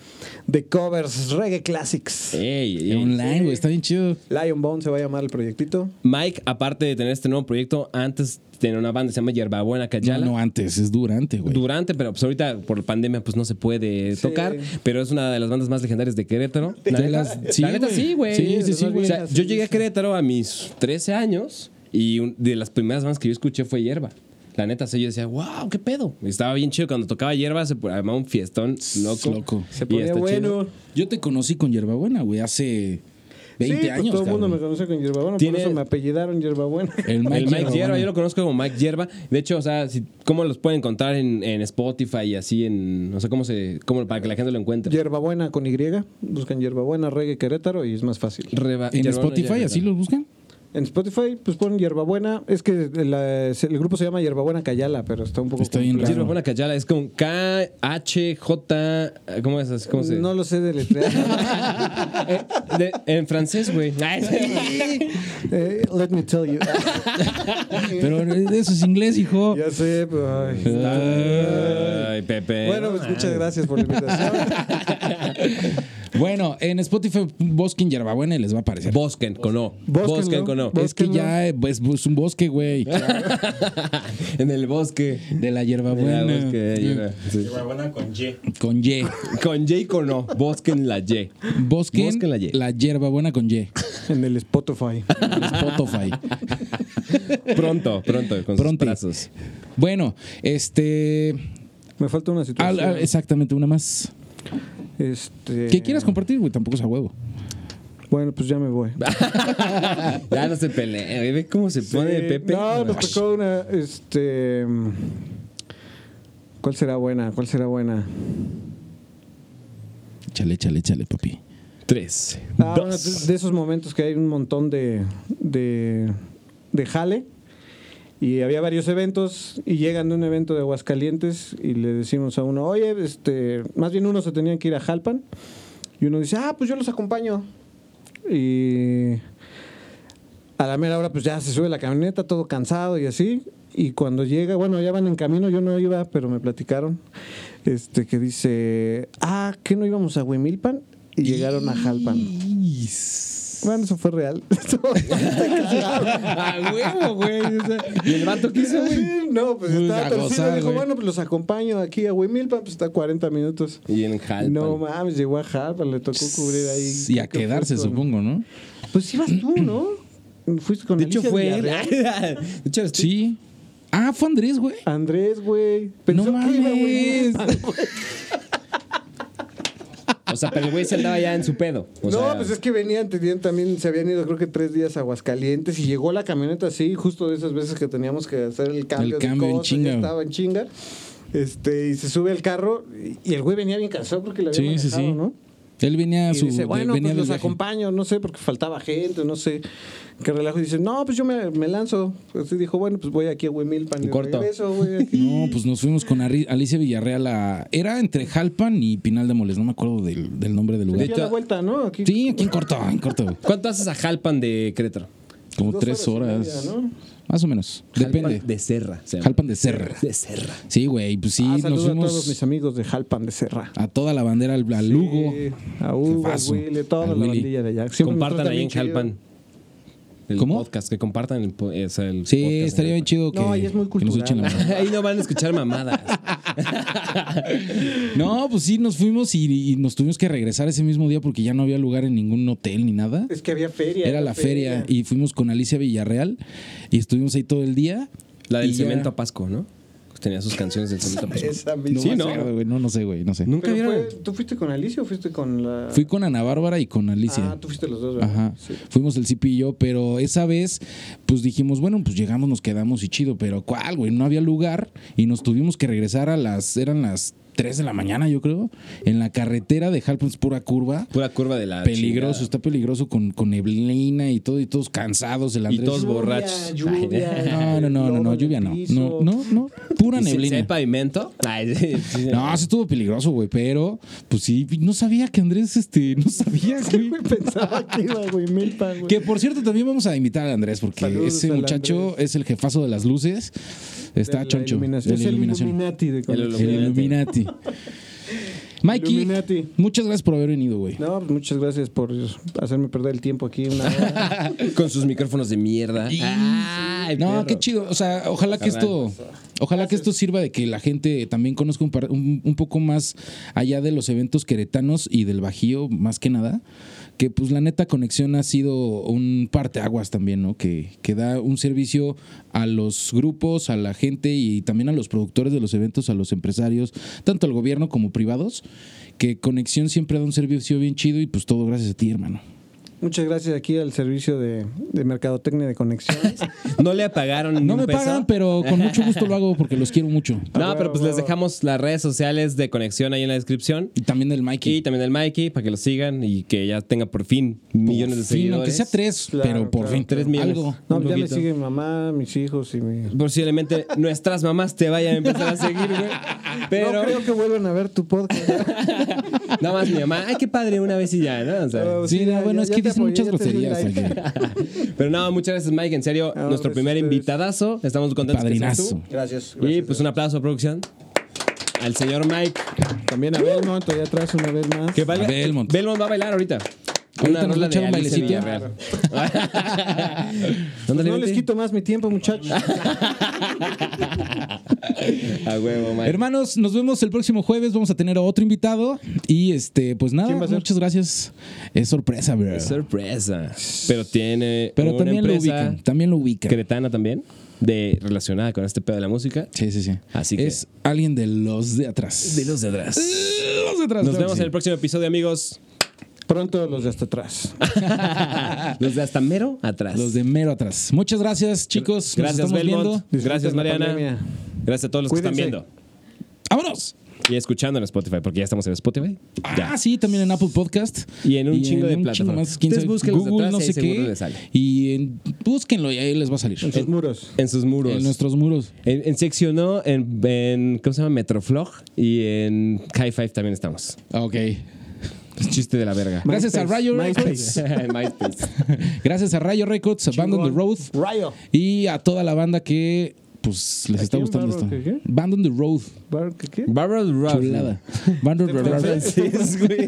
Speaker 1: de covers, reggae classics.
Speaker 2: Ey, ey, ey.
Speaker 3: Online, güey, está bien chido.
Speaker 1: Lion Bone se va a llamar el proyectito.
Speaker 2: Mike, aparte de tener este nuevo proyecto, antes tenía una banda que se llama Yerbabuena
Speaker 3: No,
Speaker 2: Cayala.
Speaker 3: no antes, es durante, güey.
Speaker 2: Durante, pero pues ahorita por la pandemia pues no se puede
Speaker 1: Sí.
Speaker 2: tocar, pero es una de las bandas más legendarias de Querétaro. La
Speaker 3: De
Speaker 2: neta-
Speaker 3: las- sí,
Speaker 2: la neta
Speaker 3: güey.
Speaker 2: sí, güey.
Speaker 3: Sí, sí, sí,
Speaker 2: O
Speaker 1: güey.
Speaker 2: sea, yo llegué a Querétaro a mis 13 años y un- de las primeras bandas que yo escuché fue Hierba. La neta, sí, yo decía, wow, qué pedo. Y Estaba bien chido. Cuando tocaba hierba, se armaba un fiestón loco.
Speaker 3: loco.
Speaker 1: Se
Speaker 2: Y
Speaker 1: ponía
Speaker 2: está
Speaker 1: bueno.
Speaker 2: chido.
Speaker 3: Yo te conocí con Yerbabuena, güey, hace 20
Speaker 1: sí, pues,
Speaker 3: años.
Speaker 1: todo el mundo me
Speaker 3: cabrón.
Speaker 1: conoce con Yerbabuena,
Speaker 2: Tiene-
Speaker 1: por eso me apellidaron Yerbabuena.
Speaker 3: El Mike,
Speaker 2: el Mike
Speaker 3: Yerbabuena.
Speaker 2: Hierba, yo lo conozco como Mike Hierba. De hecho, o sea, si- ¿cómo los pueden encontrar en, en Spotify y así en. O sea, ¿cómo se. Cómo, para que la gente lo encuentre?
Speaker 1: Yerbabuena con Y, buscan Yerbabuena, reggae Querétaro y es más fácil.
Speaker 2: Reba-
Speaker 3: En
Speaker 2: Hierbabuena,
Speaker 3: Spotify,
Speaker 2: Hierba.
Speaker 3: así los buscan.
Speaker 1: En Spotify, pues ponen Yerbabuena. Es que la- el grupo se llama Yerbabuena Cayala, pero está un poco.
Speaker 3: Está bien
Speaker 1: complejo.
Speaker 2: Yerba buena cayala es con K H J ¿cómo es así? ¿Cómo se?
Speaker 1: No lo sé deletrear.
Speaker 2: Eh, de- en francés, güey.
Speaker 1: Eh, let me tell you.
Speaker 3: Pero eh, eso es inglés, hijo.
Speaker 1: ya sé, pero. ay.
Speaker 2: Ay, Pepe.
Speaker 1: Bueno, pues muchas gracias por la invitación.
Speaker 3: Bueno, en Spotify busquen Yerbabuena y les va a aparecer.
Speaker 2: Bosquen con O.
Speaker 1: Bosquen,
Speaker 2: Bosquen
Speaker 1: ¿no?
Speaker 2: con O.
Speaker 3: es que
Speaker 1: búsquenlo.
Speaker 3: ya eh, pues, es un bosque, güey.
Speaker 2: en el bosque.
Speaker 3: De la Yerbabuena.
Speaker 2: En el bosque, ahí va. Sí.
Speaker 4: Yerbabuena con Y.
Speaker 3: Con Y.
Speaker 2: Con Y con O. Bosquen la Y.
Speaker 3: Busquen,
Speaker 2: Busquen
Speaker 3: la,
Speaker 2: la Y.
Speaker 3: Yerbabuena con Y.
Speaker 1: en el Spotify.
Speaker 3: En Spotify.
Speaker 2: Pronto, pronto, con
Speaker 3: Pronto.
Speaker 2: sus brazos.
Speaker 3: Bueno, este.
Speaker 1: Me falta una situación.
Speaker 3: al- al- exactamente, una más.
Speaker 1: Este,
Speaker 3: Que quieras compartir, güey, tampoco es a huevo.
Speaker 1: Bueno, pues ya me voy.
Speaker 3: Ah,
Speaker 2: ya no se pelea. güey. Ve cómo se pone
Speaker 1: Sí,
Speaker 2: Pepe.
Speaker 1: No, pues, nos tocó una. Este. mm, ¿Cuál será buena? ¿Cuál será buena?
Speaker 3: Chale, chale, chale, papi.
Speaker 2: Tres.
Speaker 1: Ah, bueno,
Speaker 2: dos.
Speaker 1: de de esos momentos que hay un montón de, de, de jale. Y había varios eventos y llegan de un evento de Aguascalientes y le decimos a uno, oye, este, más bien uno se tenían que ir a Jalpan. Y uno dice, ah, pues yo los acompaño. Y a la mera hora pues ya se sube la camioneta, todo cansado y así. Y cuando llega, bueno, ya van en camino, yo no iba, pero me platicaron, este, que dice, ah, que no íbamos a Huimilpan y llegaron a Jalpan. Bueno, eso fue real.
Speaker 2: A huevo, güey. o sea, ¿Y el vato qué hizo, güey?
Speaker 1: no, pues
Speaker 3: Pues,
Speaker 1: estaba
Speaker 3: a
Speaker 1: torcido.
Speaker 3: gozar,
Speaker 1: dijo,
Speaker 3: güey.
Speaker 1: bueno, pues los acompaño aquí a Huimilpan, pues está a 40 minutos.
Speaker 2: Y en Jalpan.
Speaker 1: No mames, llegó a Jalpan, le tocó cubrir ahí.
Speaker 3: Y a
Speaker 1: Creo que fue
Speaker 3: quedarse,
Speaker 1: con-
Speaker 3: supongo, ¿no?
Speaker 1: Pues ibas tú, ¿no? Fuiste con
Speaker 2: De hecho,
Speaker 1: Alicia
Speaker 2: fue él.
Speaker 1: Villarreal.
Speaker 2: De hecho, eres tú.
Speaker 3: Sí. Ah, fue Andrés, güey.
Speaker 1: Andrés, güey. Pensó
Speaker 3: No
Speaker 1: que iba a
Speaker 3: mames.
Speaker 1: Huimilpan, güey.
Speaker 2: O sea, pero el güey se andaba ya en su pedo. O
Speaker 1: no,
Speaker 2: sea,
Speaker 1: pues es que venían, tenían también, se habían ido creo que tres días a Aguascalientes y llegó la camioneta así, justo de esas veces que teníamos que hacer el cambio,
Speaker 3: El
Speaker 1: de
Speaker 3: cambio en
Speaker 1: cosas,
Speaker 3: chinga.
Speaker 1: ya estaba en chinga. Este, y se sube al carro y, y el güey venía bien cansado porque le había
Speaker 3: Sí, sí,
Speaker 1: manejado,
Speaker 3: sí.
Speaker 1: ¿no?
Speaker 3: Él venía a
Speaker 1: Y
Speaker 3: su.
Speaker 1: dice,
Speaker 3: de-
Speaker 1: bueno,
Speaker 3: venía
Speaker 1: pues
Speaker 3: del
Speaker 1: los
Speaker 3: viaje.
Speaker 1: acompaño, no sé, porque faltaba gente, no sé qué relajo. Y dice, no, pues yo me, me lanzo. Así dijo, bueno, pues voy aquí a Huemilpan.
Speaker 2: En
Speaker 1: y
Speaker 2: corto.
Speaker 1: regreso, güey, aquí.
Speaker 3: No, pues nos fuimos con Ari- Alicia Villarreal a. Era entre Jalpan y Pinal de Moles, no me acuerdo del, del nombre del
Speaker 1: Aquí
Speaker 3: lugar.
Speaker 1: a la vuelta, ¿no? Aquí
Speaker 3: Sí, aquí en corto, en corto, güey.
Speaker 2: ¿Cuánto haces a Jalpan de Querétaro?
Speaker 3: Como
Speaker 1: Dos
Speaker 3: tres
Speaker 1: horas y
Speaker 3: horas.
Speaker 1: media, ¿no?
Speaker 3: Más o menos.
Speaker 2: Jalpan
Speaker 3: Depende.
Speaker 2: de Serra. se llama.
Speaker 3: Jalpan de Serra.
Speaker 2: De Serra.
Speaker 3: Sí, güey, pues sí,
Speaker 1: ah,
Speaker 3: nos
Speaker 1: saludo a todos mis
Speaker 3: fuimos
Speaker 1: amigos de Jalpan de Serra.
Speaker 3: a toda la bandera, al, al Lugo.
Speaker 1: Sí, a Hugo, a
Speaker 3: Jefazo.
Speaker 1: Willy, toda
Speaker 3: Al
Speaker 1: la
Speaker 3: Willy.
Speaker 1: bandilla de allá. Siempre nos
Speaker 2: Compartan
Speaker 1: tratan
Speaker 2: ahí en
Speaker 1: bien chido.
Speaker 2: Jalpan. El
Speaker 3: ¿Cómo?
Speaker 2: podcast, que compartan el, po- es el
Speaker 3: Sí,
Speaker 2: podcast en
Speaker 3: estaría bien
Speaker 2: Jalpan.
Speaker 3: chido que,
Speaker 1: No, ahí es muy
Speaker 3: que nos
Speaker 1: cultural.
Speaker 3: echen la mano.
Speaker 2: Ahí no van a escuchar mamadas.
Speaker 3: No, pues sí, nos fuimos y, y nos tuvimos que regresar ese mismo día porque ya no había lugar en ningún hotel ni nada.
Speaker 1: Es que había feria.
Speaker 3: Era la feria y fuimos con Alicia Villarreal y estuvimos ahí todo el día.
Speaker 2: La del
Speaker 3: Y ya-
Speaker 2: cemento a Pasco, ¿no? Tenía sus canciones del cemento a Pasco.
Speaker 1: Esa
Speaker 3: No,
Speaker 1: misma.
Speaker 2: Sí,
Speaker 3: no.
Speaker 2: ¿no?
Speaker 3: güey, no, no sé, güey, no sé.
Speaker 2: Nunca
Speaker 1: Pero
Speaker 2: vieron.
Speaker 1: fue- ¿Tú fuiste con Alicia o fuiste con la...?
Speaker 3: Fui con Ana Bárbara y con Alicia.
Speaker 1: Ah, tú fuiste los dos, ¿verdad?
Speaker 3: Ajá.
Speaker 1: Sí.
Speaker 3: Fuimos el Cipi y yo, pero esa vez, pues dijimos, bueno, pues llegamos, nos quedamos y chido, pero ¿cuál, güey? No había lugar y nos tuvimos que regresar a las, eran las 3 de la mañana, yo creo, en la carretera de Jalpons, pura curva.
Speaker 2: Pura curva de la.
Speaker 3: Ah, Peligroso,
Speaker 2: chingada.
Speaker 3: está peligroso con, con neblina y todo, y todos cansados. El Andrés.
Speaker 2: todos borrachos.
Speaker 3: No, no, no, no, no, lluvia no. No, no, no. Pura
Speaker 2: ¿Y si- si hay
Speaker 3: neblina.
Speaker 2: pavimento? Ay, sí, sí.
Speaker 3: No, sí estuvo peligroso, güey, pero pues sí, no sabía que Andrés, este, no sabía, güey.
Speaker 1: Güey, pensaba que iba, güey, Milpa, güey.
Speaker 3: Que por cierto, también vamos a invitar a Andrés, porque
Speaker 1: Saludos
Speaker 3: ese
Speaker 1: al
Speaker 3: muchacho
Speaker 1: Andrés.
Speaker 3: es el jefazo de las luces. Está
Speaker 1: De la
Speaker 3: choncho.
Speaker 1: iluminación.
Speaker 3: de la
Speaker 1: Es el
Speaker 3: iluminación.
Speaker 1: Illuminati de colección.
Speaker 3: El Illuminati. Mikey,
Speaker 1: Illuminati.
Speaker 3: muchas gracias por haber venido, güey.
Speaker 1: No, pues muchas gracias por hacerme perder el tiempo aquí una hora.
Speaker 2: Con sus micrófonos de mierda. Ay,
Speaker 3: No,
Speaker 2: perro.
Speaker 3: qué chido. O sea, ojalá que esto, ojalá que esto sirva de que la gente también conozca un, par- un- un poco más allá de los eventos queretanos y del Bajío, más que nada. Que pues la neta conexión ha sido un parteaguas también, ¿no? Que, que da un servicio a los grupos, a la gente y también a los productores de los eventos, a los empresarios, tanto al gobierno como privados. Que conexión siempre da un servicio bien chido y pues todo gracias a ti, hermano.
Speaker 1: Muchas gracias aquí al servicio de, de Mercadotecnia de Conexiones.
Speaker 2: No le apagaron
Speaker 3: No
Speaker 2: un
Speaker 3: me
Speaker 2: peso?
Speaker 3: pagan, pero con mucho gusto lo hago porque los quiero mucho.
Speaker 2: No,
Speaker 1: Ah,
Speaker 2: pero pues
Speaker 1: huevo,
Speaker 2: les
Speaker 1: huevo.
Speaker 2: dejamos las redes sociales de conexión ahí en la descripción.
Speaker 3: Y también del Mikey.
Speaker 2: Y también el Mikey para que lo sigan y que ya tenga por fin millones de
Speaker 3: Por fin,
Speaker 2: seguidores.
Speaker 3: aunque sea tres,
Speaker 1: Claro,
Speaker 3: pero por
Speaker 1: claro,
Speaker 3: fin.
Speaker 2: Tres millones.
Speaker 3: Algo.
Speaker 1: No,
Speaker 2: Un
Speaker 1: ya me
Speaker 2: poquito.
Speaker 1: sigue mi mamá, mis hijos y mi...
Speaker 2: Posiblemente nuestras mamás te vayan a empezar a seguir, güey.
Speaker 1: No
Speaker 2: Pero
Speaker 1: creo que vuelvan a ver tu podcast.
Speaker 2: nada más mi mamá, ay, qué padre, una vez y ya, ¿no? O sea,
Speaker 1: Ah,
Speaker 3: Sí,
Speaker 1: sí,
Speaker 3: no,
Speaker 1: ya-
Speaker 3: bueno,
Speaker 1: ya-
Speaker 3: es
Speaker 1: ya
Speaker 3: que
Speaker 1: te
Speaker 3: dicen
Speaker 1: apoyé,
Speaker 3: muchas
Speaker 1: ya te di
Speaker 3: groserías.
Speaker 1: like.
Speaker 3: oye.
Speaker 2: pero nada, muchas gracias, Mike. En serio,
Speaker 1: Ah,
Speaker 2: nuestro
Speaker 1: gracias
Speaker 2: primer
Speaker 1: a ustedes.
Speaker 2: invitadazo. Estamos contentos que seas tú.
Speaker 3: Padrinazo.
Speaker 1: Gracias.
Speaker 2: Y
Speaker 1: gracias.
Speaker 2: pues un aplauso, producción. Al señor Mike.
Speaker 1: También a Belmont, allá atrás una vez más.
Speaker 2: Que baila-
Speaker 3: A Belmont.
Speaker 2: va a bailar ahorita.
Speaker 3: Ahorita nos va a echar un
Speaker 2: Alicia
Speaker 3: bailecito. Pues
Speaker 2: Villarreal.
Speaker 1: Pues
Speaker 2: Ándale,
Speaker 1: no les
Speaker 2: vete.
Speaker 1: quito más mi tiempo, muchachos.
Speaker 2: A huevo, Mike.
Speaker 3: Hermanos, nos vemos el próximo jueves. Vamos a tener a otro invitado. Y este, pues nada,
Speaker 1: ¿Quién va a ser?
Speaker 3: muchas gracias. Es sorpresa, bro.
Speaker 2: Sorpresa. Pero tiene
Speaker 3: Pero
Speaker 2: una
Speaker 3: también lo
Speaker 2: empresa
Speaker 3: ubican. También lo ubican.
Speaker 2: cretana también, de, relacionada con este pedo de la música.
Speaker 3: Sí, sí, sí.
Speaker 2: Así que-
Speaker 3: es alguien de los de atrás.
Speaker 2: De los de atrás.
Speaker 3: Los de atrás.
Speaker 2: Nos
Speaker 3: claro
Speaker 2: vemos
Speaker 3: que
Speaker 2: en el próximo episodio, amigos.
Speaker 1: Pronto los de hasta atrás.
Speaker 2: los de hasta mero atrás.
Speaker 3: sí. Los de mero atrás. Muchas gracias, chicos. Nos
Speaker 2: Gracias,
Speaker 3: estamos
Speaker 2: Belmont.
Speaker 3: viendo.
Speaker 2: Gracias,
Speaker 1: Disfruten la
Speaker 2: Mariana.
Speaker 1: pandemia.
Speaker 2: Gracias a todos los que
Speaker 1: Cuídense.
Speaker 2: están viendo
Speaker 3: ¡Vámonos!
Speaker 2: y escuchando en Spotify, porque ya estamos en Spotify. Ya.
Speaker 3: Ah, sí, también en Apple Podcast.
Speaker 2: Y en un chingo de plataformas.
Speaker 3: más, quién
Speaker 2: Ustedes busquen
Speaker 3: sabe,
Speaker 2: los de
Speaker 3: Google,
Speaker 2: atrás
Speaker 3: no
Speaker 2: y ahí
Speaker 3: sé
Speaker 2: seguro
Speaker 3: qué.
Speaker 2: les sale.
Speaker 3: Y en- búsquenlo y ahí les va a salir.
Speaker 1: En sus muros.
Speaker 2: En sus muros.
Speaker 3: En nuestros muros.
Speaker 2: En, en seccionó, en, en- ¿cómo se llama? Metroflog y en High Five también estamos.
Speaker 3: Ah, Ok.
Speaker 2: Es chiste de la verga.
Speaker 3: Gracias a
Speaker 1: MySpace,
Speaker 3: Rayo Records.
Speaker 1: MySpace.
Speaker 2: En MySpace.
Speaker 3: Gracias a Rayo Records, Abandon the Road.
Speaker 1: Rayo.
Speaker 3: Y a toda la banda que pues les
Speaker 1: ¿A
Speaker 3: está
Speaker 1: quién?
Speaker 3: gustando esto.
Speaker 1: ¿Barro qué, qué?
Speaker 3: Abandon the Road.
Speaker 1: Bar- ¿Qué? qué?
Speaker 2: Barbara Ruff.
Speaker 3: Chulada. Abandon the Road.
Speaker 2: Francis, güey.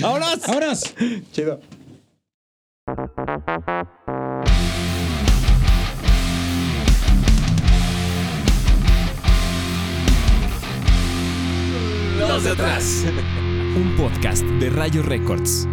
Speaker 2: ¡Vámonos!
Speaker 3: ¡Vámonos!
Speaker 1: Chido.
Speaker 5: Los de atrás. Un podcast de Rayo Records.